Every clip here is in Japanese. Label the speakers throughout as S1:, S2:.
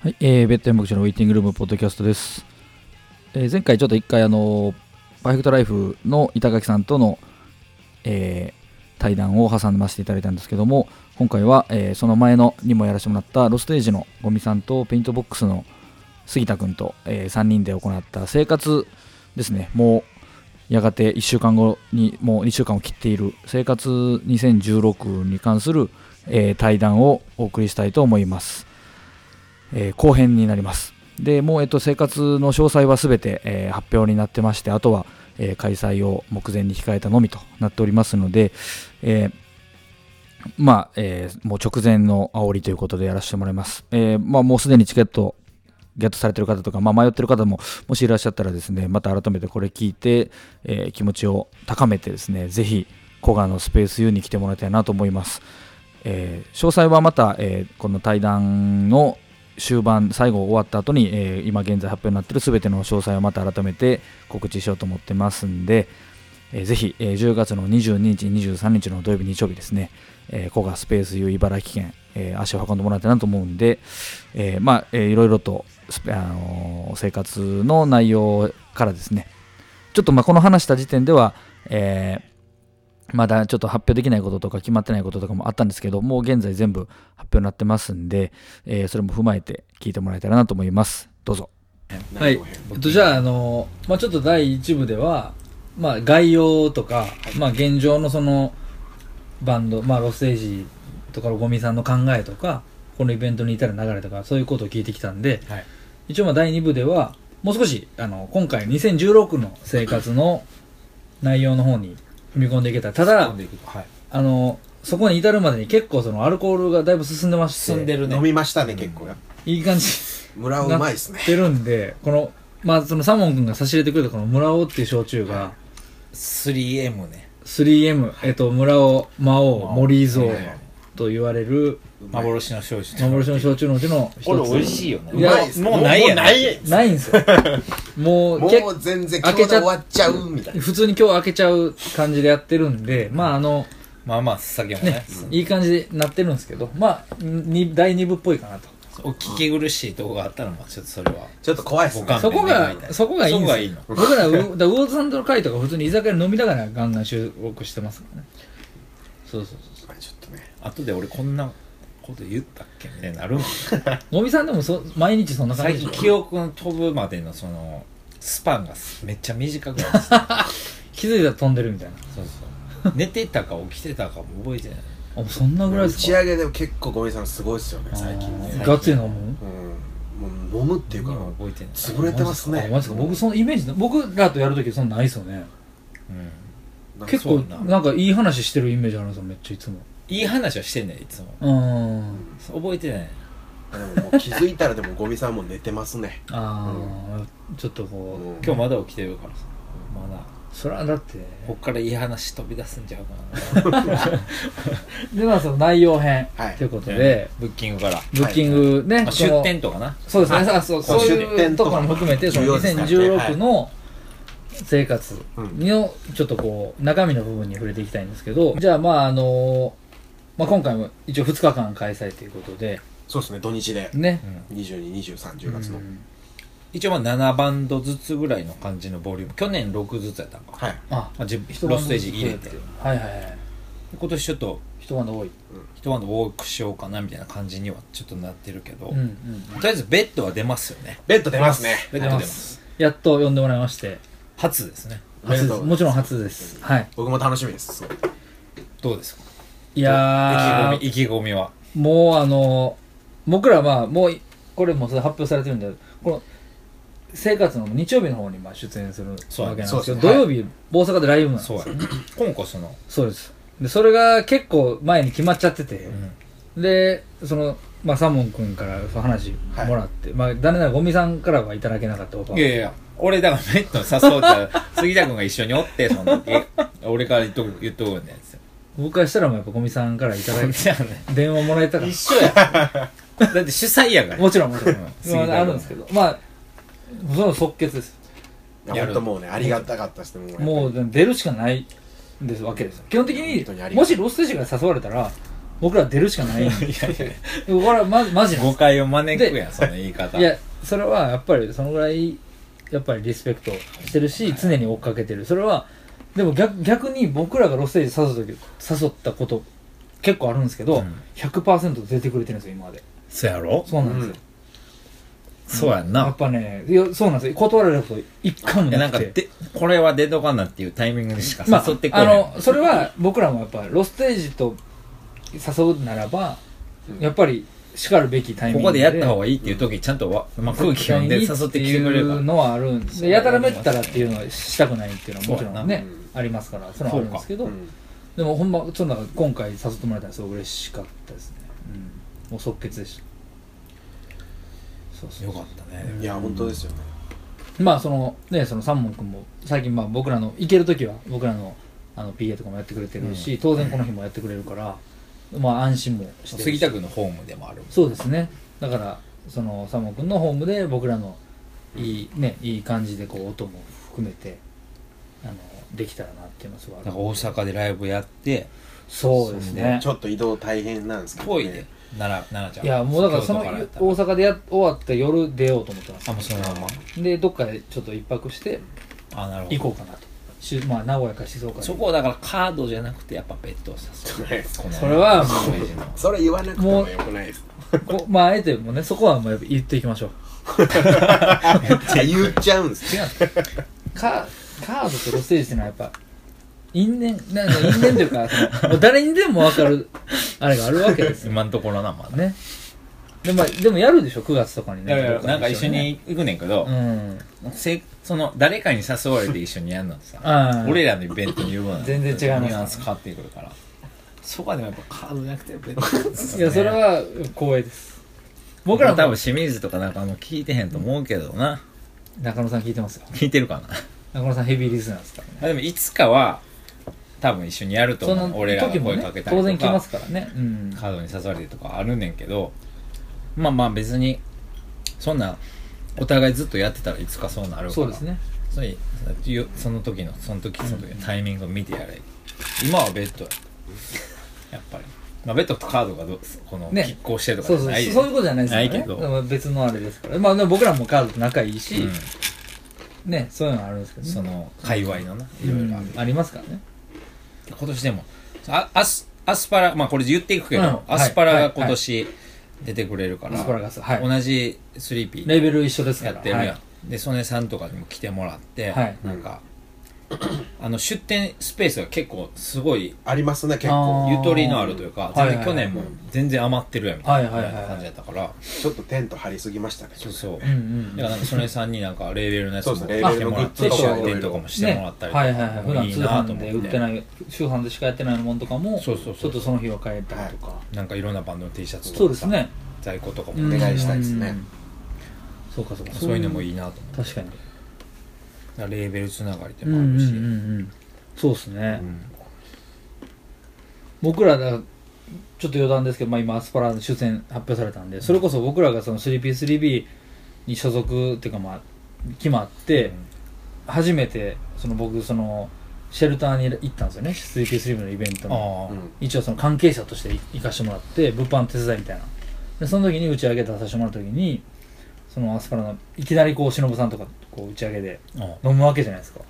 S1: はい、えー、ベッド演牧師のウェイティングルームポッドキャストです。えー前回ちょっと一回あのーパーフェクトライフの板垣さんとの、えー対談を挟んでましていただいたんですけども、今回は、えーその前のにもやらせてもらったロステージのゴミさんとペイントボックスの杉田くんと、え3人で行った生活ですね。もうやがて1週間後にもう2週間を切っている生活2016に関する、えー対談をお送りしたいと思います。えー後編になります。でもう、えっと、生活の詳細はすべて、えー発表になってまして、あとは、えー開催を目前に控えたのみとなっておりますので、えーまあ、えーもう直前の煽りということでやらせてもらいます。えーまあ、もうすでにチケットゲットされてる方とか、まあ、迷ってる方ももしいらっしゃったらですね、また改めてこれ聞いて、えー気持ちを高めてですね、ぜひ、古賀のスペース U に来てもらいたいなと思います。えー詳細はまた、えーこの対談の終盤最後終わった後に、えー今現在発表になっている全ての詳細をまた改めて告知しようと思ってますんで、えーぜひ、えー10月の22日23日の土曜日日曜日ですね、えー、古賀スペース U 茨城県、えー足を運んでもらいたいなと思うんで、えーまあ、えーいろいろとスペあのー生活の内容からですねちょっとまあこの話した時点では、えーまだちょっと発表できないこととか決まってないこととかもあったんですけど、もう現在全部発表になってますんで、えーそれも踏まえて聞いてもらえたらなと思います。どうぞ。
S2: はい、えっと、じゃあ、あの、まあ、ちょっと第一部では、まあ、概要とか、まあ、現状のその、バンド、まあ、ロステージとか、ゴミさんの考えとか、このイベントに至る流れとか、そういうことを聞いてきたんで、
S3: はい
S2: 一応、まあ、第二部では、もう少し、あの、今回、2016の生活の内容の方に踏み込んでいけたら、ただ、
S3: はい、
S2: あの、そこに至るまでに結構、その、アルコールがだいぶ進んでまして、
S3: 進んでるね
S4: 飲みましたね、結構やっぱ
S2: いい感じ。
S4: 村うまいっすね
S2: ってるんで、この、まあ、そのサモン君が差し入れてくれたこの村尾っていう焼酎が、
S3: 3M ね
S2: 3M、えっと、村尾、魔王、森伊蔵と言われる
S3: 幻の少女
S2: 幻の焼酎のうちの一つ。
S5: これ美味しいよ
S2: い
S5: ね。
S2: や
S4: うまいっすね
S3: もうないやん
S4: もうない
S2: ないんですよ。もう、
S4: も
S2: 結
S4: う全然
S2: 開
S4: 今日
S2: け
S4: で
S2: ちゃ
S4: 終
S2: っ
S4: わっちゃうみたいな
S2: 普通に今日開けちゃう感じでやってるんで、まあ、あの、
S3: まあまあ酒もね
S2: ね、いい感じでなってるんですけど、まあ、に第2部っぽいかなと。
S3: お聞き苦しいとこがあったらまあちょっとそれは
S4: ちょっと怖いっす
S3: ご
S4: ね
S3: 勘弁
S2: そこが
S3: みたい、な
S2: そこがいいんです
S3: そこがいい
S2: よ
S3: の。
S2: 僕ら、うだから魚津さんとの会とか普通に居酒屋で飲みながらガンガン収録してますからね。そうそうそう。
S4: ちょっとね
S3: 後で俺こんなこと言ったっけみたいになるもん
S2: のみさんでもそ毎日そんな感
S3: 最
S2: じ
S3: 近
S2: でしょ
S3: 記憶の飛ぶまでのそのスパンがめっちゃ短くなってた
S2: 気づいたら飛んでるみたいな
S3: そう そう寝てたか起きてたかも覚えてない
S2: あそんなぐらい
S4: 打
S2: です
S4: ち
S2: か
S4: 上げでも結構ごめんなさいすごいっすよね最近ね
S3: げ
S2: ガッツリ飲む
S4: うんもう飲むっていうか
S3: 今覚えてない
S4: 潰れてますね
S2: あマジか僕そのイメージ僕らとやるときそんなないですよね
S3: うん
S4: なんか
S2: 結構
S3: そうだな
S2: なんかいい話してるイメージあるんですよめっちゃいつも
S3: いい話はしてんねいつも
S2: うーん
S3: 覚えてない
S4: でももう気づいたらでもゴミさんも寝てます ね
S2: ああ、ちょっとこう
S4: もう
S3: 今日まだ起きてるからさまだ
S2: それはだって
S3: こっからいい話飛び出すんちゃうか
S2: でまあその内容編
S4: はい
S2: ということ
S3: な
S2: で、
S3: ブッキングから、
S2: ブッキングね、
S3: まあ、
S2: その
S3: 出店とかな
S2: そうですね、あそうそう
S4: 出
S2: いう
S4: 店
S2: と
S4: と
S2: こ
S4: か
S2: ろも含めて、そ
S4: 重
S2: の
S4: 要ですからね
S2: 2016の生活のちょっとこう、中身の部分に触れていきたいんですけど、じゃあまああの、まあ今回も一応2日間開催ということで、
S4: そうですね土日で
S2: ね。
S3: うん
S4: 222310月の
S2: うん
S3: 一応まあ7バンドずつぐらいの感じのボリューム去年6ずつやったんか、
S4: はい
S2: あ、
S3: まあ、自分ロステージ入れて
S2: はいはいはい。
S3: 今年ちょっと
S2: 一晩で多い。
S3: 一晩で多くしようかなみたいな感じにはちょっとなってるけど、
S2: うんうん。
S3: とりあえずベッドは出ますよね
S4: ベッド出ますね
S3: ベッド出ます
S2: やっと呼んでもらいまして、
S3: 初ですね
S4: おめで
S2: 初で
S4: とう
S2: す。もちろん初です。はい。
S4: 僕も楽しみですすごい
S3: どうですか
S2: い
S3: 意気
S2: や
S3: 込
S2: ー
S3: み、意気込みは
S2: もうあの僕らはもういこれもうそれ発表されてるんでこの生活の日曜日の方にまあ出演するわけ
S3: そう
S2: なんです
S4: そう
S2: け
S4: です
S2: ど
S4: ね
S2: 土曜日、大阪でライブなんです
S3: そう
S2: よ
S3: やね今回その、
S2: そうですでそれが結構前に決まっちゃってて
S3: う、ん
S2: でその、まあ、サモン君からその話もらって、まあ誰ならゴミさんからはいただけなかったことはい
S3: やいや、俺だからベッドに誘うたら、 杉田君が一緒におって、その時。俺から言っとく、言っとくんだやつ。
S2: 僕からしたらもうやっぱゴミさんからいただけ
S3: じゃあね。
S2: 電話もらえたか
S3: 一緒や。だって主催やからら。
S2: もちろんもちろん、
S3: うん
S2: まあ、あるんですけどまあその即決です
S4: いや
S3: やる
S4: 本当もうねありがたかったですねもう
S2: もう出るしかないんですわけですよ基本的
S4: 本当にあ
S2: に
S4: り
S2: も
S4: が
S2: し
S4: たい
S2: ロステージが誘われたら僕ら出るしかないんでこれはまマジなん
S3: 誤
S2: で
S3: 解を招くやん、その言
S2: す
S3: い方。
S2: いやそれはやっぱりそのぐらいやっぱりリスペクトしてるし常に追っかけてるそれはでも逆逆に僕らがロステージ誘った時誘ったこと結構あるんですけど、
S3: うん
S2: 100%出てくれてるんですよ今まで
S3: そうやろ
S2: そうなんですよ、
S3: そうやん
S2: や
S3: な
S2: っ。ぱねいやそうなんですよ断られること一回も
S3: いやな
S2: なん
S3: か、
S2: くて
S3: で、これは出とかなっていうタイミングにしか
S2: まあ
S3: 誘って、こ
S2: あ
S3: れない。
S2: のそれは僕らもやっぱロステージと誘うならばやっぱりしかるべきタイミン
S3: こ
S2: グ
S3: こでやった方がいいっていう時、ちゃんとわ、まあ、空気読んで誘ってきてくれる
S2: って
S3: か
S2: いう
S3: ら。
S2: のはあるんですでやたらめったらっていうのはしたくないっていうのはもち
S3: そう
S2: ろ
S3: や
S2: ん
S3: な
S2: ねありますからそれはあるんですけど
S4: うん
S2: でもほんまそんな今回誘ってもらえたのすごい嬉しかったですねうんもう即決でしたそうそう
S3: よかったね。
S4: いや本当ですよね
S2: まあそのねその三門君も最近まあ僕らの行ける時は僕らのあの PA とかもやってくれてるし、当然この日もやってくれるからまあ安心もしてるし
S3: 杉田君のホームでもあるもん
S2: そうですねだからその三門君のホームで僕らのいいねいい感じでこう音も含めてあのできたらなっていうのはすごいあ
S3: なんか
S2: る
S3: 大阪でライブやって、
S2: そうですね
S4: ちょっと移動大変なんですけど
S3: 遠い
S4: ね
S3: で、奈良、奈良ちゃん。
S2: いやもうだからその
S3: 京都
S2: 大
S3: らやったら
S2: 阪でや終わって夜出ようと思ってます
S3: あ、もうそのまま。
S2: でどっかでちょっと一泊して
S3: あ、なるほど。
S2: 行こうかなとしまあ名古屋か静岡で
S3: そこをだからカードじゃなくてやっぱベッドを誘うこの
S2: それはもう
S3: イメージの
S4: それ言わなくてもよくないです
S2: こまああえてもねそこはもうやっぱ言っていきましょう
S4: あ言っちゃうんです
S2: 違うカカードとロステージってのはやっぱ因縁なんか因縁というかそのもう誰にでも分かるあれがあるわけですよ
S3: 今のところなまだ
S2: ねで,、まあ、でもやるでしょ9月とかに
S3: い
S2: ね
S3: やいや
S2: どっ
S3: なんか一緒
S2: ね
S3: に行くねんけど
S2: う、ん
S3: せその誰かに誘われて一緒にやるのとさ
S2: あー
S3: 俺らのイベントに言うのは
S2: 全然違います
S3: ニュアンス変わってくるからそこはでもやっぱカードじゃなくてベッドで す
S2: い
S3: ね
S2: やそれは光栄です僕
S3: 僕
S2: ら
S3: ら
S2: も
S3: 多分清水とかなんかもう聞いてへんと思うけどな
S2: 中野さん聞いてますよ
S3: 聞いてるかな
S2: 中野さんヘビーリスナーですからね
S3: あでもいつかは多分一緒にやると
S2: そ
S3: 思
S2: の
S3: う俺らが
S2: 時も
S3: 声
S2: ね
S3: かけたり
S2: 当然来
S3: と
S2: ま
S3: か
S2: すからねうん
S3: カードに刺されてとかあるねんけどまあまあ別にそんなお互いずっとやってたらいつかそうなるから
S2: そうですね
S3: それよその時のその時その時のタイミングを見てやれ今はベッドややっぱり、まあ、ベッドとカードがどこの
S2: ね
S3: 拮抗してとか
S2: そう
S3: じ
S2: そうそ
S3: ゃ
S2: う
S3: ないよ
S2: いうことじゃないですよね
S3: ないけど
S2: でも別のあれですからまあでも僕らもカードと仲いいし、
S3: う
S2: ねそういうのはあるんですけど
S3: ん
S2: ね
S3: その界隈のな
S2: う
S3: いろいろある
S2: んありますからね
S3: 今年でもあアスアスパラまあこれ言っていくけど、
S2: うん
S3: アスパラ
S2: は
S3: が
S2: い
S3: 今年出てくれるか
S2: ア
S3: ら、
S2: スパラガスはい
S3: 同じスリーピー
S2: レベル一緒ですか
S3: や
S2: ら
S3: ってるやん、
S2: はい
S3: で曽根さんとかにも来てもらって、
S2: はい
S3: なんかあの出店スペースが結構すごい
S4: ありますね結
S2: あ
S4: 構
S2: ー
S3: ゆとりのあるというか
S2: はい
S3: 全
S2: はい
S3: 然去年も全然余ってるやんみたいな感じだったから、
S4: ちょっとテント張りすぎましたね
S3: そうそう、
S2: うんうん
S3: だからなんか曽根さんになんかレーベルのやつも
S4: そう
S3: 来
S4: です
S3: て
S4: ね
S3: もら
S4: レ
S3: っ
S4: ーベルのグッ
S3: て
S4: ズ
S2: とか
S3: 出店とかもしてもらったりとか、
S2: ねはいはいはい普段
S3: いい
S2: 通
S3: なと
S2: 販
S3: 思
S2: で
S3: っ
S2: 売って
S3: て
S2: ない通販でしかやってないものとかも
S3: そうそうそう
S2: ちょっとその日は変えたりとか、
S3: なんかいろんなバンドの T シャツ
S2: そ
S3: と
S2: う
S3: か
S2: です
S3: さ、
S2: ね
S3: 在庫とか
S2: お
S3: も
S4: お願いしたいですね
S2: そうかそうか
S3: そういうのもい
S2: い
S3: いなと思っ
S2: 確
S3: て
S2: かに
S3: だからレーベルつながりで
S2: うんう
S3: もあ
S2: ん
S3: る
S2: う
S3: し、
S2: んうんそうですね、
S3: うん
S2: 僕らだちょっと余談ですけど、まあ、今アスパラの出演発表されたんでそれこそ僕らがその 3P3B に所属っていうかまあ決まって、初めてその僕そのシェルターに行ったんですよね 3P3B のイベントの
S3: ああ、
S4: うん
S2: 一応その関係者として行かしてもらって物販手伝いみたいなでその時に打ち上げ出させてもらった時にそのアスパラのいきなりこう忍さんとかこう打ち上げで
S3: ああ
S2: 飲むわけじゃないですか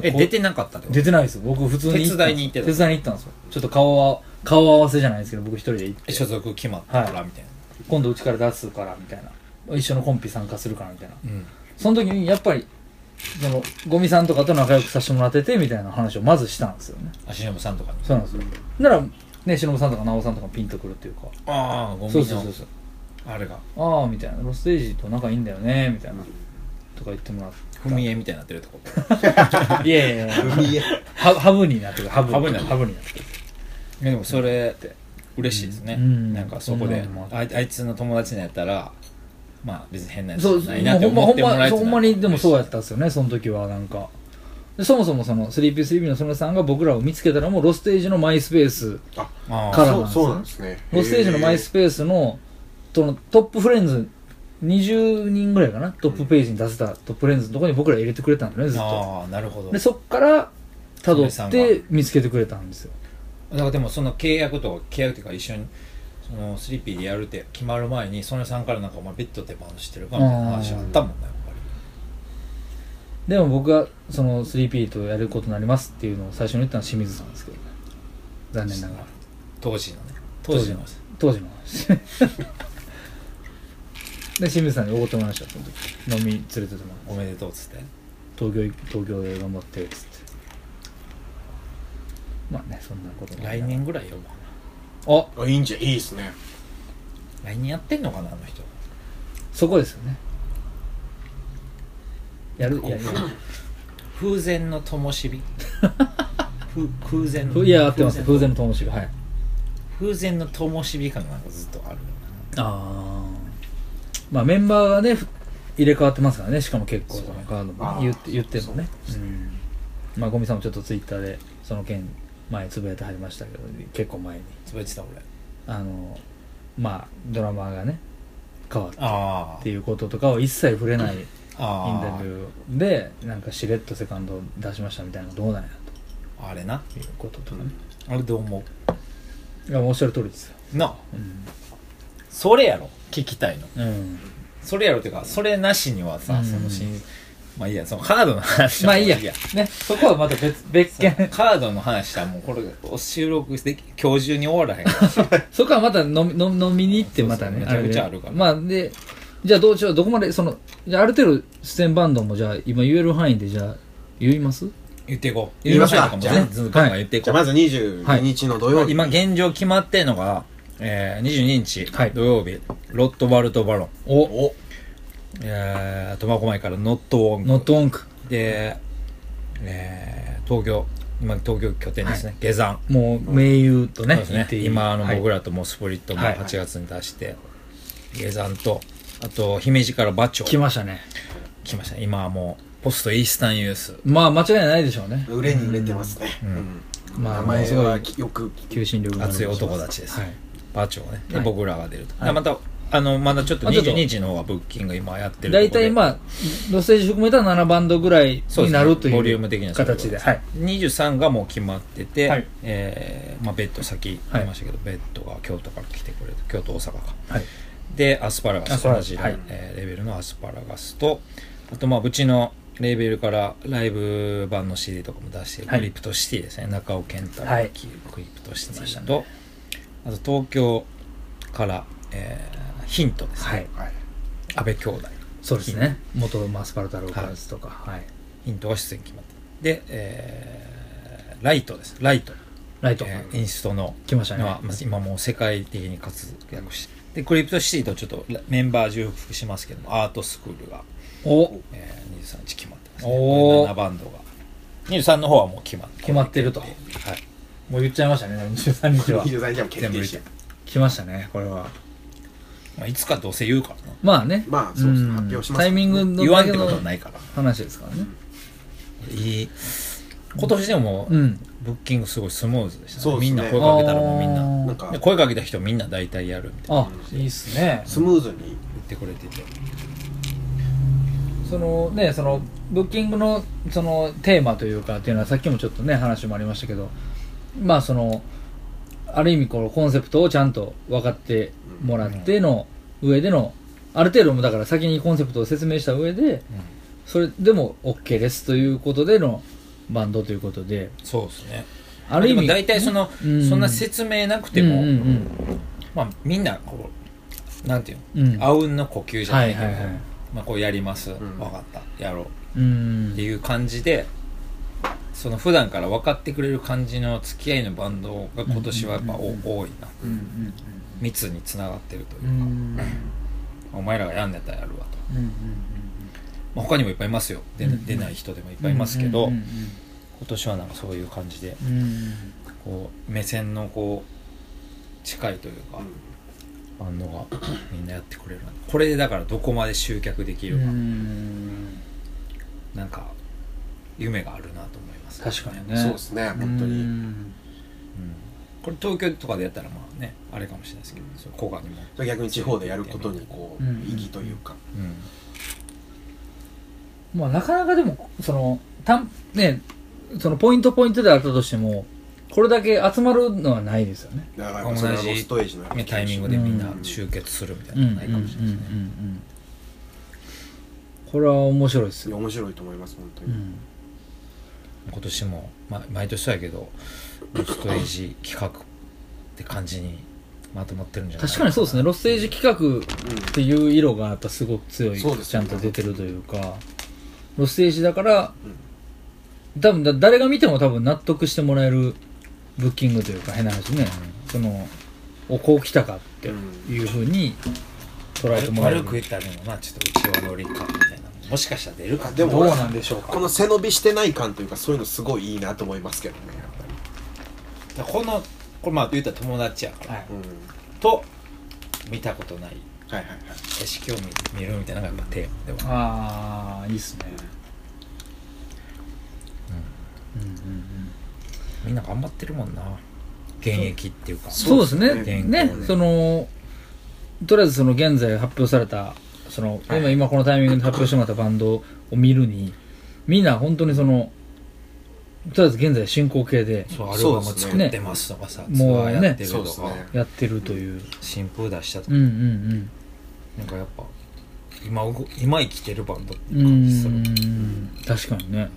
S2: で
S3: え
S2: こう
S3: 出てなかったってこと
S2: 出てないですよ僕普通に
S3: 手伝いに行ってた
S2: 手伝いに行ったんですよちょっと顔は顔合わせじゃないですけど僕一人で行って
S3: 所属決まったからみたいな、
S2: 今度うちから出すからみたいな一緒のコンピ参加するからみたいな
S3: うん
S2: その時にやっぱりそのゴミさんとかと仲良くさせてもらっててみたいな話をまずしたんですよね
S3: 足山さんとかに
S2: そうなんですよならね忍さんとか直さんとかピンとくるっていうか
S3: ああゴミ
S2: そう
S3: の
S2: そうそうそう
S3: あれが
S2: ああみたいなロステージと仲いいんだよねみたいなとか言ってもらって
S3: 踏み絵みたいになってるってこと
S2: いやいやいや
S4: 海へ
S2: ハハブになってるハブ
S3: ハブになって
S2: ハ
S3: る
S2: ブになってる
S3: いやでもそれって嬉しいですね、
S2: うん
S3: なんかそこで、
S2: うんまあ
S3: あいあいつの友達にやったらまあ別に変なやつ
S2: そう
S3: じゃないなって
S2: ほんま
S3: 思
S2: ほ
S3: っ
S2: ん
S3: てもら
S2: ま
S3: えて
S2: そうほんまにでもそうや
S3: っ
S2: ったんですよねその時はなんかでそもそもそのスリーピースリーピーの曽根さんが僕らを見つけたらもうロステージのマイスペース
S4: あ
S3: た
S2: から
S4: そうそうなんですね
S2: ロステージのマイスペースのとのトップフレンズ20人ぐらいかなトップページに出せたトップフレンズのところに僕ら入れてくれたんだよねずっと
S3: ああなるほど
S2: でそっからたど
S3: 曽
S2: っ
S3: 根さん
S2: て見つけてくれたんですよ
S3: だからでもその契約とか契約というか一緒にそのスリーピーでやるって決まる前にソニさんからなんかお前ベッド手放してるかみたいな話あったもんねやっぱり
S2: でも僕がその 3P とやることになりますっていうのを最初に言ったのは清水さんですけどね残念ながら
S3: 当時のね当時の
S2: 当時の話 で清水さんにおごってもらいましたその時飲み連れてってもら
S3: お
S2: って
S3: めでとうっつって
S2: 東京行東京で頑張ってっつってまあねそんなことも
S3: 来年ぐらいよもう
S2: あ
S4: あいいんじゃいいですね
S3: 来年やってんのかなあの人
S2: そこですよねやるいやい
S3: 風前の 灯火ふ空前
S2: や
S3: の
S2: いや合ってます風前の灯火がはい
S3: 風前の灯火感がなんかずっとあるよ
S2: あーまあメンバーがねふ入れ替わってますからねしかも結構そのカード
S4: あ
S2: も
S4: ー
S2: 言って言ってるのねうんまあゴミさんもちょっとツイッターでその件前つぶやいてはりましたけど結構前に
S3: つぶやいてた俺
S2: あのまあドラマーがね変わった
S3: あ
S2: っていうこととかを一切触れないインタビ
S3: あー
S2: ューでなんかしれっとセカンド出しましたみたいなのどうなんや
S3: あれな
S2: ということとかね
S3: あれどう思
S2: いやもうおっしゃる通りですよ
S3: うなあ
S2: うん、
S3: それやろ聞きたいの
S2: うん、
S3: それやろっていうかそれなしにはさ、
S2: うん
S3: そのしんまあいいやそのカードの話
S2: ま
S3: は
S2: あいいや
S3: もう
S2: ねそこはまた別別件
S3: カードの話はもうこれお収録でき今日中に終わらへんから
S2: そこはまた飲み飲み飲みに行ってまたね
S3: そうそうめちゃくちゃあ
S2: れで
S3: るから
S2: まあでじゃあどうしようどこまでそのじゃあある程度出演バンドもじゃあ今言える範囲でじゃあ言います
S3: 言っていこう
S4: 言いましょう
S3: 言いましょう
S4: じゃ
S3: か
S4: あ
S3: もうずっとガンガン言ってい
S4: じ
S3: こ
S4: ゃ
S3: う、
S4: あまず22日の土曜日、
S3: 今現状決まってんのが、えー、22日
S2: はい
S3: 土曜日、ロットバルトバロン
S2: おお
S3: えー苫小牧からノットオン
S2: ノットオンク
S3: で、えー東京今東京拠点ですね、下山
S2: もう盟友とね
S3: そうですね
S2: 言っていい
S3: 今あの
S2: はい
S3: 僕らともうスプリットも
S2: はい
S3: 8月に出して、下山とあと姫路から馬長
S2: 来ましたね
S3: 来ましたね今はもうポストイースタンユース
S2: まあ間違いないでしょうね
S4: 売れに売れてますね、うん
S2: まあ
S4: 名前
S2: も
S4: は
S2: うす
S4: よく
S2: 求心力がある
S3: 熱い男たちです、
S2: はい
S3: 馬長ねで、
S2: はい
S3: 僕らが出ると、で
S2: はい
S3: またあのまだちょっと
S2: あちょっと
S3: 22日の方がブッキング今やってる
S2: 大体
S3: あ
S2: まあロステージ含めたら7バンドぐらい
S3: そう
S2: に
S3: ですね
S2: なるという
S3: ボリューム的にはそういうこと
S2: 形ではい
S3: 23がもう決まってて、
S2: はい
S3: えーまあ、ベッド先言いましたけど、ベッドが京都から来てくれて京都大阪か
S2: はい
S3: でアスパラガ
S2: ア
S3: ス
S2: スパラ
S3: 同
S2: ガス
S3: じ、
S2: はい
S3: えーレベルのアスパラガスとあとまあうちのレーベルからライブ版の CD とかも出してる、
S2: はい
S3: クリプトシティですね中尾健太
S2: はい
S3: クリプトシテ
S2: 来ました
S3: ィ
S2: ね
S3: と、あと東京から、えーヒントですね、
S2: はい
S3: 安倍兄弟
S2: そうですね元マスパルタローカーズとかはい
S3: ヒントが出演決まってで、えーライトですライト、
S2: ライト
S3: えーインストの
S2: 来ましたね
S3: まあ、今もう世界的に活躍してでクリプトシティとちょっとメンバー重複しますけどもアートスクールが、
S2: お
S3: えー、23日決まってます、
S2: おー
S3: ね、7バンドが23の方はもう決まって
S2: 決まってると
S3: はい、
S2: もう言っちゃいましたね23日は
S4: 23日は決定して
S2: 来ましたねこれは
S3: まあ、いつかどうせ言うからな
S2: まあね
S4: まあそうですね
S2: ん
S4: 発表します
S2: タイミングの
S3: 言わんってことは
S2: の
S3: ないから
S2: 話ですからね
S3: いい今年でももう
S2: うん
S3: ブッキングすごいスムーズでした、ね
S4: そうです
S3: みん
S4: ね
S3: な声かけたらもうみん
S2: あ
S3: な
S2: ー
S4: なんか
S3: で声かけた人みんな大体やるみたいな
S2: あいいっすね
S4: スムーズに
S3: 言ってくれてて
S2: そのねそのブッキングのそのテーマというかっていうのはさっきもちょっとね話もありましたけどまあそのある意味このコンセプトをちゃんと分かってもらっての上でのある程度もだから先にコンセプトを説明した上でそれでも OK ですということでのバンドということで
S3: そうですね
S2: ある意
S3: でも
S2: 味
S3: 大体その、
S2: うん
S3: そんな説明なくて
S2: う
S3: も、
S2: んうん
S3: まあ、みんなこうなんていう
S2: うんうん
S3: のあうんの呼吸じゃないけど、
S2: はいはいはい
S3: まあ、こうやります、
S4: ん
S3: 分かったやろう
S2: うん
S3: っていう感じでその普段から分かってくれる感じの付き合いのバンドが今年はやっぱお、多いな
S2: うん
S3: 密につながってるという
S2: う
S3: か、
S2: ん
S3: お前らがやんねたらやるわと、
S2: うんうん
S3: まあ、他にもいっぱいいますよ出,、
S2: うん
S3: 出ない人でもいっぱいいますけど、
S2: うん
S3: 今年はなんかそういう感じで
S2: うんうん
S3: こう目線のこう近いというか、バンドがみんなやってくれるなこれでだからどこまで集客でき
S2: う
S3: るか、
S2: ん
S3: なんか夢があるなと思います、
S2: 確かにね
S4: そうですね本当に
S2: に
S3: うんこれ東京とかでやったらまあねあれかもしれないですけどそう古賀にも、
S4: 逆に地方でやることにこう
S2: うん
S4: 意義というか
S3: うん
S2: まあなかなかでもそのたんねそのポイントポイントであったとしてもこれだけ集まるのはないですよね
S4: だからやっ
S3: 同
S4: ぱ
S3: じ
S4: それはロストエイジのやっぱ
S3: タイミングでみんな集結するみたいなのはないかもしれないですね、
S2: んこれは面白いです
S4: いや
S2: よ、
S4: 面白いと思います本当
S2: う
S4: に、
S2: ん、
S3: 今年も、ま、毎年だけどロストエイジ企画って感じにまとまってるんじゃない
S2: 確かにそうですねロステージ企画っていう色がやっぱすごく強い、
S4: そうですね
S2: ちゃんと出てるというかロステージだから
S4: うん、
S2: 多分だ誰が見ても多分納得してもらえるブッキングというか変な話ね、そのおこう来たかっていうふうに捉えてもらえ
S3: 悪
S2: る
S3: く言ったらでもなちょっと内輪乗りかみたいなもしかしたら出るか
S4: あでも
S2: どうなんでしょう
S4: こ
S2: か
S4: の背伸びしてない感というかそういうのすごいいいなと思いますけどねやっぱ
S3: このこれまあ言ったら友達やから、
S2: はい
S4: り、うん、
S3: と見たことない
S4: はいはいはい
S3: 景色を見見るみたいなのがやっぱテーマでは
S2: ああいいっすねうんうんうん
S3: みんな頑張ってるもんな現役っていうか
S2: そうです
S4: そうです
S2: ね。
S3: ね
S2: ね、その、とりあえずその現在発表された、その、今、今このタイミングで発表してもらったバンドを見るに、みんな本当にその、とりあえず現在進行形で
S3: そうアル
S4: そ
S3: バ
S4: う
S3: ム
S4: ですね
S3: 作ってますとかさ、
S2: ね
S3: ツアーやってる
S4: そ
S3: と
S4: うです
S3: か、
S4: ね
S2: やってるという。
S3: 新風出した
S2: うん
S3: とか、
S2: うん
S3: なんかやっぱ今動今生きてるバンドって
S2: うん。う
S3: いう感じする、
S2: ん。確かにね。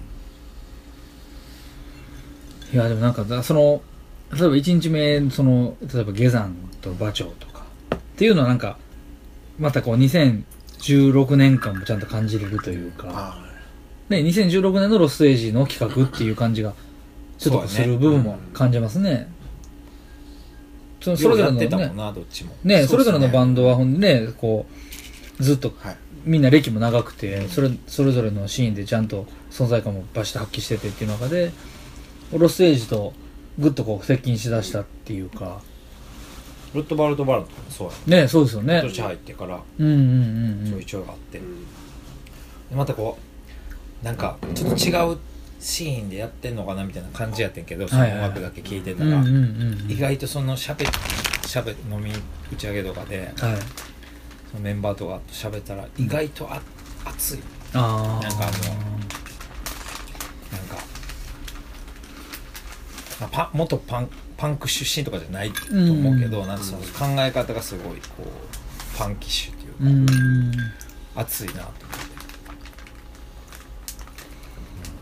S2: いや、でもなんかだ、その、例えば1日目、その、例えば下山と馬長とか、っていうのはなんか、またこう2016年間もちゃんと感じれるというか。
S4: あ
S2: ね、2016年のロストエイジの企画っていう感じがちょっとする部分も感じますね。そそ
S3: そ
S2: れ
S3: れ
S2: ぞ
S3: ぞ
S2: れ
S3: れ
S2: の
S3: のやって
S2: ね
S3: たもんなどっちも
S2: ねそ
S4: そう
S2: れ
S4: っすね
S2: ぞれのバンドはほんでねこうずっと
S4: ーはい
S2: みんな歴も長くてそれそれぞれのシーンでちゃんと存在感もバシッと発揮しててっていう中でロストエイジとグッとこう接近しだしたっていうか
S3: ルットバルトバルトもそうや
S2: ねそうですよね
S3: 今。年入ってから
S2: うんうんうん
S3: ち
S2: う
S3: ょ
S2: ん
S3: いちょいあって、
S4: うん
S3: でまたこうなんかちょっと違うシーンでやってんのかなみたいな感じやってんけどその
S2: はいはい
S3: 音楽だけ聴いて
S2: う
S3: た
S2: んう
S3: ら、
S2: ん
S3: 意外とそのしゃべしゃべ飲み打ち上げとかで
S2: うん。はい。
S3: そのメンバーとかとしゃべったら意外とあ熱い
S2: ああ。
S3: なんかあのなんか、まあ、パン元パンパンク出身とかじゃないと思うけど、なんかその考え方がすごいこうパンキッシュっていうか、
S2: うん。
S3: 熱いなと思って、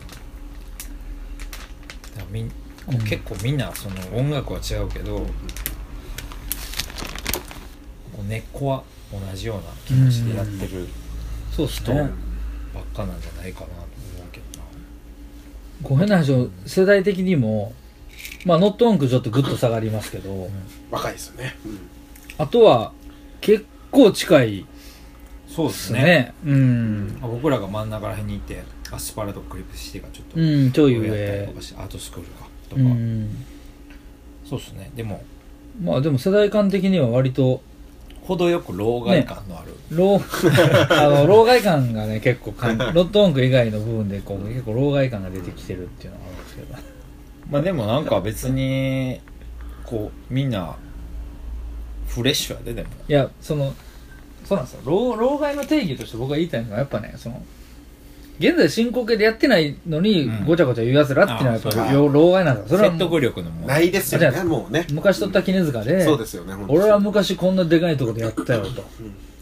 S3: うん、だからみんこう
S2: うん
S3: 結構みんなその音楽は違うけど、こう根っこは同じような気持ちでやってる
S2: そうです
S3: う
S2: ね
S3: ん。ばっかなんじゃないかなと思うけどな。
S2: こう変な話を世代的にもまあノットオンクちょっとグッと下がりますけど、
S4: 若いですよね、うん
S2: あとは結構近いで
S3: そうですす
S2: ね
S3: ね。
S2: うん、
S3: あ僕らが真ん中らへんにいてアスパラとクリップシティがちょっと
S2: うんちょい
S3: 上やったり
S2: 上
S3: とかしてアートスクールかと
S2: う
S3: か、
S2: ん
S3: そうですねでも
S2: まあでも世代間的には割と
S3: 程よく老害感のある、
S2: 老 あの老害感がね結構かんノットオンク以外の部分でこう結構老害感が出てきてるっていうのがあるんですけど
S3: まあでもなんか別にこうみんなフレッシュやででも
S2: いやそのそうなんですよ老老害の定義として僕が言いたいのはやっぱねその現在進行形でやってないのに
S3: うん
S2: ごちゃごちゃ言うやつらっていうのはやっ
S3: あそれ
S2: ぱ
S4: は
S2: よ老害なんですよそれは
S3: 説得力のも
S4: ないいですよ
S2: あじゃ
S4: ねもうね
S2: 昔取った絹塚で
S4: そうですよね本当に
S2: 俺は昔こんなでかいとこでやったよ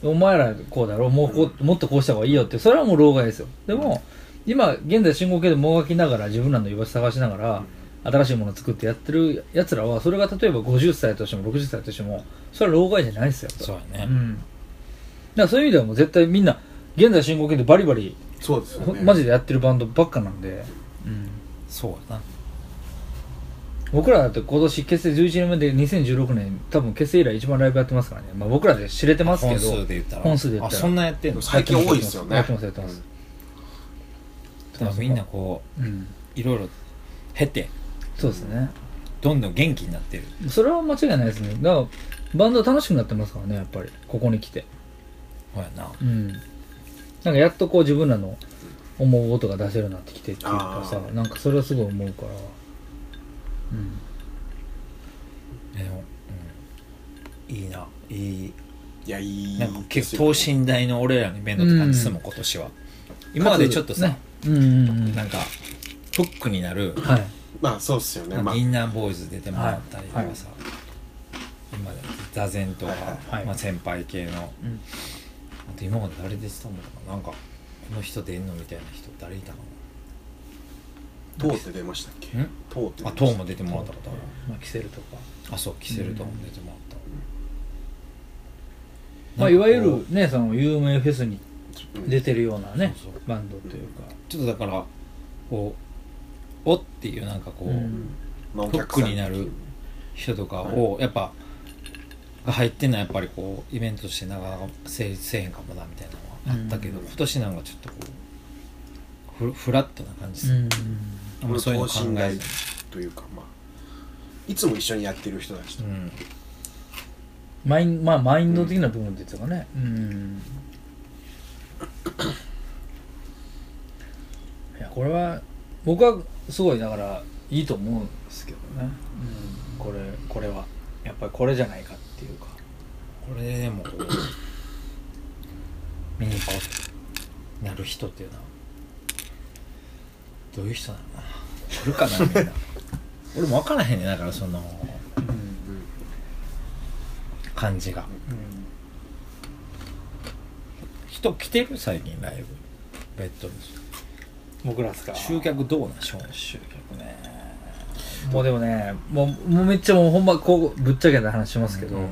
S2: と、お前らこうだろもうこうもっとこうした方がいいよってそれはもう老害ですよでも今現在進行形でもがきながら自分らの居場所探しながら新しいものを作ってやってるやつらはそれが例えば50歳としても60歳としてもそれは老害じゃないですよ
S3: そうやね、
S2: うんだからそういう意味ではもう絶対みんな現在進行形でバリバリ、
S4: そうですよ
S2: ほ
S4: ね
S2: マジでやってるバンドばっかなんで、うん、
S3: そうやな
S2: 僕らだって今年結成11年目で2016年多分結成以来一番ライブやってますからね、まあ、僕らで知れてますけ
S3: 本
S2: ど
S3: 数で言ったら
S2: 本数で言ったら
S3: あそんなやってんの
S4: 最近多いですよね
S2: やってますやってます、
S3: だからみんなこ
S2: うん、
S3: ういろいろ経て
S2: そうですね
S3: どんどん元気になってる
S2: それは間違いないですねだからバンド楽しくなってますからねやっぱりここに来て
S3: ほやな
S2: うんなんかやっとこう自分らの思う音が出せるようになってきてっていうかさ
S4: あー
S2: なんかそれはすごい思うからうん
S3: でも、うん、いいないい
S4: いやいい
S3: なんか
S4: で
S3: 結
S4: す
S3: 構
S4: よ
S3: 等身大の俺らのイベントって感じするもん今年は今までちょっとさ、
S2: ねうんうんうん
S3: なんかフックになる
S2: はい
S4: まあそうっすよねまあ
S3: 銀杏ボーイズ出てもらったりとかさ、今でも座禅とか、
S2: はい
S3: まあ、先輩系の、
S2: うん
S3: あと今まで誰でしたもんかななんかこの人出んのみたいな人誰いたの
S4: トーって出ましたっけ
S3: ん
S4: トーって
S3: あトーも出てもらったことある
S2: まあ、キセルとか、
S3: あそうキセルトーも出てもらった、
S2: まあ、い
S3: なんか
S2: わ
S3: こう
S2: ゆるねその有名フェスに出てるようなね
S3: そうそう
S2: バンドというか、
S3: ちょっとだからこう「お」っていうなんかこう、
S2: うん
S4: まあお
S3: トッ
S4: 客
S3: ク
S4: さん
S3: になる人とかを、やっぱが入ってんのはやっぱりこうイベントとしてなかなか成立せえへんかもなみたいなのはあったけど、
S4: うん
S3: 今年なんかちょっとこうフフラットな感じです、
S2: うん
S3: あんまそういうの考
S4: 等身
S3: え
S4: 大
S3: ず
S4: というかまあいつも一緒にやってる人たちと
S3: に、うん、
S2: マインまあマインド的な部分ですかねうんいやこれは僕はすごいだからいいと思うんですけどね、うん、これこれはやっぱりこれじゃないかっていうか
S3: これででもこう見に行こうってなる人っていうのはどういう人なのかな来るかなみんな俺も分からへんねだからその
S2: うん、
S3: 感じが人来てる最近ライブベッドに
S2: 僕らですか
S3: 集客どうなんしょう集客ね
S2: もうでもねもうもうめっちゃもうほんまこうぶっちゃけた話しますけど、
S3: うん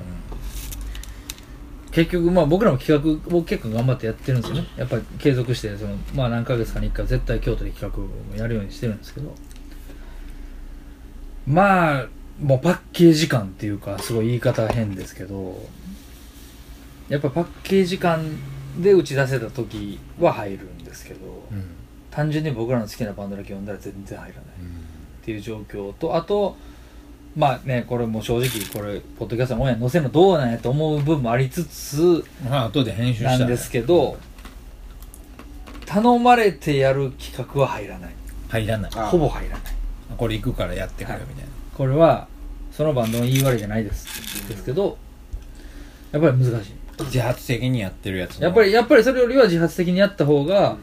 S2: 結局まあ僕らも企画を結構頑張ってやってるんですよねやっぱり継続してそのまあ何ヶ月かに1回絶対京都で企画をやるようにしてるんですけどまあもうパッケージ感っていうかすごい言い方変ですけどやっぱパッケージ感で打ち出せた時は入るんですけど、
S3: うん
S2: 単純に僕らの好きなバンドだけ呼んだら全然入らないっていう状況とあとまあねこれも正直これポッドキャストのオンエアに載せるのどうなんやと思う部分もありつつ
S3: まあ後で編集した
S2: な
S3: ら
S2: んですけど頼まれてやる企画は入らない
S3: 入らない
S4: あ
S2: ほぼ入らない
S3: これ行くからやってくれみたいな
S2: これはそのバンドの言い悪いじゃないですですけどやっぱり難しい
S3: 自発的にやってるやつの
S2: やっぱりやっぱりそれよりは自発的にやった方が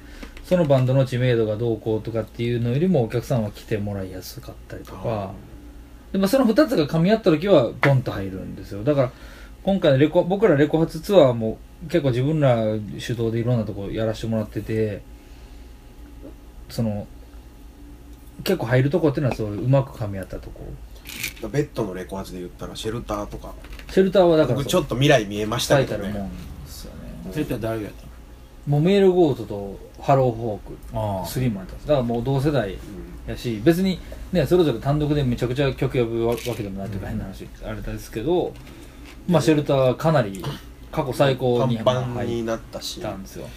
S2: そのバンドの知名度がどうこうとかっていうのよりもお客さんは来てもらいやすかったりとかで、まあ、その2つが噛み合った時はボンと入るんですよだから今回のレコ僕らレコ発ツアーも結構自分ら主導でいろんなとこやらせてもらっててその結構入るとこっていうのはそういううまく噛み合ったとこ
S4: ベッドのレコアズで言ったらシェルターとか
S2: シェルターはだから
S4: 僕ちょっと未来見えました
S2: 最
S4: け
S2: た
S4: ど
S2: るも
S4: ね
S2: んですよね
S3: それって誰がやった
S2: もうメールゴートとハローフォーク
S3: のああ
S2: スリーもやったんですだからもう同世代
S4: うん
S2: やし別にねそれぞれ単独でめちゃくちゃ曲呼ぶわけでもないというか変な話、あれですけどまあシェルターかなり過去最高に
S4: パンパン
S2: 入
S4: に
S2: っ
S4: なったした
S2: んですよ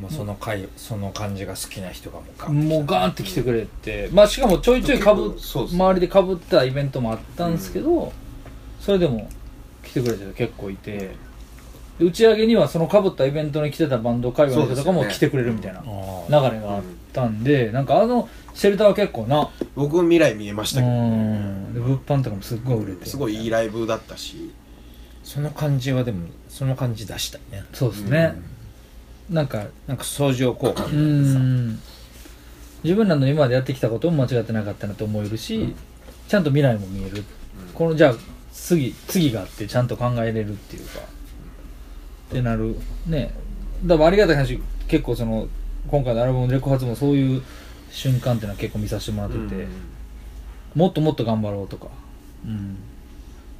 S3: もうその回その感じが好きな人がもうガッ
S2: もうガーンって来てくれてまあしかもちょいちょいかぶ
S4: 結構そうっすね
S2: 周りでかぶったイベントもあったんですけど、それでも来てくれてる人結構いてで打ち上げにはそのかぶったイベントに来てたバンド界隈の人とかも
S4: そうで
S2: 来
S4: すよ
S2: て
S4: ね
S2: くれるみたいな
S3: あ
S2: 流れがあったんで、なんかあのシェルターは結構な
S4: 僕未来見えましたけど
S2: うんで物販とかもすっごい売れて
S4: すごいいいライブだったし
S3: その感じはでもその感じ出したいね
S2: そうですね、なんか
S3: なんか相乗効果みた
S2: う
S3: いなさ
S2: ん自分らの今までやってきたことも間違ってなかったなと思えるし、ちゃんと未来も見えるこのじゃあ次次があってちゃんと考えれるっていうかってなるねだからありがたい話結構その今回のアルバムのレコ発もそういう瞬間っていうのは結構見させてもらってて、もっともっと頑張ろうとか、うん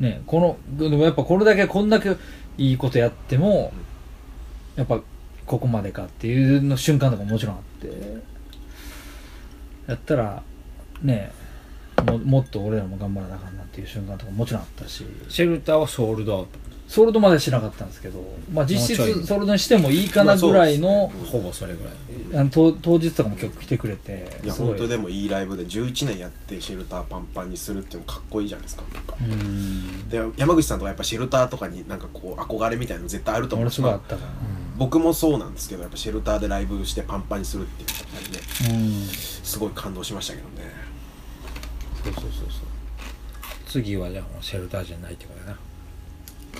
S2: ね、このでもやっぱこれだけこんだけいいことやってもやっぱここまでかっていうの瞬間とかももちろんあってやったらねももっと俺らも頑張らなあかんなっていう瞬間とかももちろんあったし
S3: シェルターはソールドアウ
S2: ソールドまでしなかったんですけど、まあ、実質
S3: もうちょい
S2: ソールドにしてもいいかなぐらいの,、
S3: トほぼそれぐらい
S2: あの当当日とかも結構来てくれて
S4: いや
S2: すご
S4: 本当でもいいライブで11年やってシェルターパンパンにするっていうのかっこいいじゃないですかなんか
S2: うん
S4: で山口さんとかやっぱシェルターとかになんかこう憧れみたいなの絶対あると思う
S2: 俺
S4: し、
S2: すごいあっ
S4: まあ、
S2: たか
S4: 僕もそうなんですけどやっぱシェルターでライブしてパンパンにするっていうのはやっぱりね
S2: らうん
S4: すごい感動しましたけどね
S3: そうそうそうそう次はじゃあもうシェルターじゃないってことだな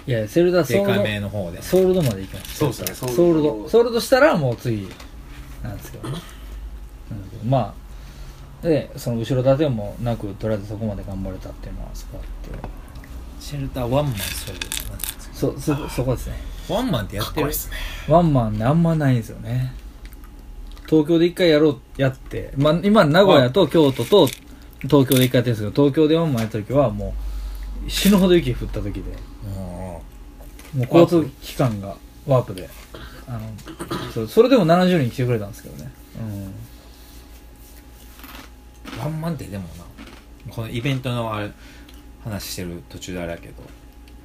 S3: い
S2: やセルダソ
S3: で
S2: ール
S3: か
S2: ド
S3: めの方で
S2: ソールドまで行きます
S4: そうですねソー
S2: ソ
S4: ルド
S2: ールドソールドしたらもう次なんですけどね、うんまあでその後ろ盾もなくとりあえずそこまで頑張れたっていうのはすごいって
S3: シェルターワンマン勝負なんていうんですか
S2: そそそこですね
S3: ワンマンってや
S4: か
S3: っ
S4: ってこいい
S3: る
S4: ですね
S2: ワンマンねあんまないんですよね東京で一回やろうやって、まあ、今名古屋と京都と東京で一回やってるんですけど東京でワンマンやった時はもう死ぬほど雪降った時で
S3: うん
S2: もう交通機関がワープであのそうそれでも70人来てくれたんですけどね、うん、
S3: ワンマンってでもなこのイベントのあれ話してる途中であれやけど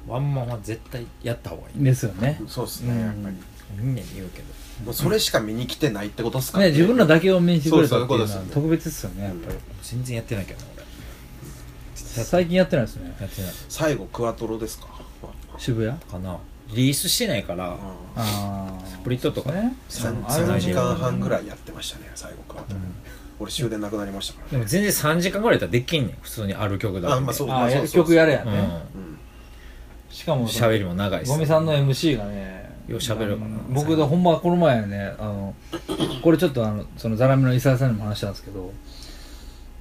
S3: ワンマンは絶対やった方がいいね
S2: ですよね。
S4: そうですね、
S2: うん
S4: やっぱり
S3: みんなに言うけど
S4: もうそれしか見に来てないってことっすか
S2: ね、自分らだけを見にしてくれたっていうの
S4: そうそうそういうことですよ
S2: は
S4: ね
S2: 特別ですよね、やっぱり。
S3: 全然やってないけどな俺
S2: 最近やってないですね。
S3: やってない
S4: 最後クワトロですか
S2: 渋谷
S3: かなリリースしてないから
S4: うん
S2: ああ。ス
S3: プリットとか
S2: ね。
S4: 三
S2: あれは
S4: 3時間半ぐら
S2: い。
S4: いやってましたね最後クワトロ、俺終電なくなりましたから
S3: でも全然3時間ぐらいやったらできんねん普通にある曲だけで
S4: あまあそう
S2: ああ、
S4: そ
S2: や
S4: うそうそう
S2: 曲やれや
S3: う
S2: ね。
S3: ん
S4: うん
S2: しかも、
S3: 喋りも長いし
S2: ゴミさんの MC がね、
S3: よう喋るからな
S2: あの僕でほんまこの前ね、あの、 これちょっとあの、そのザラメの伊沢さんにも話したんですけど、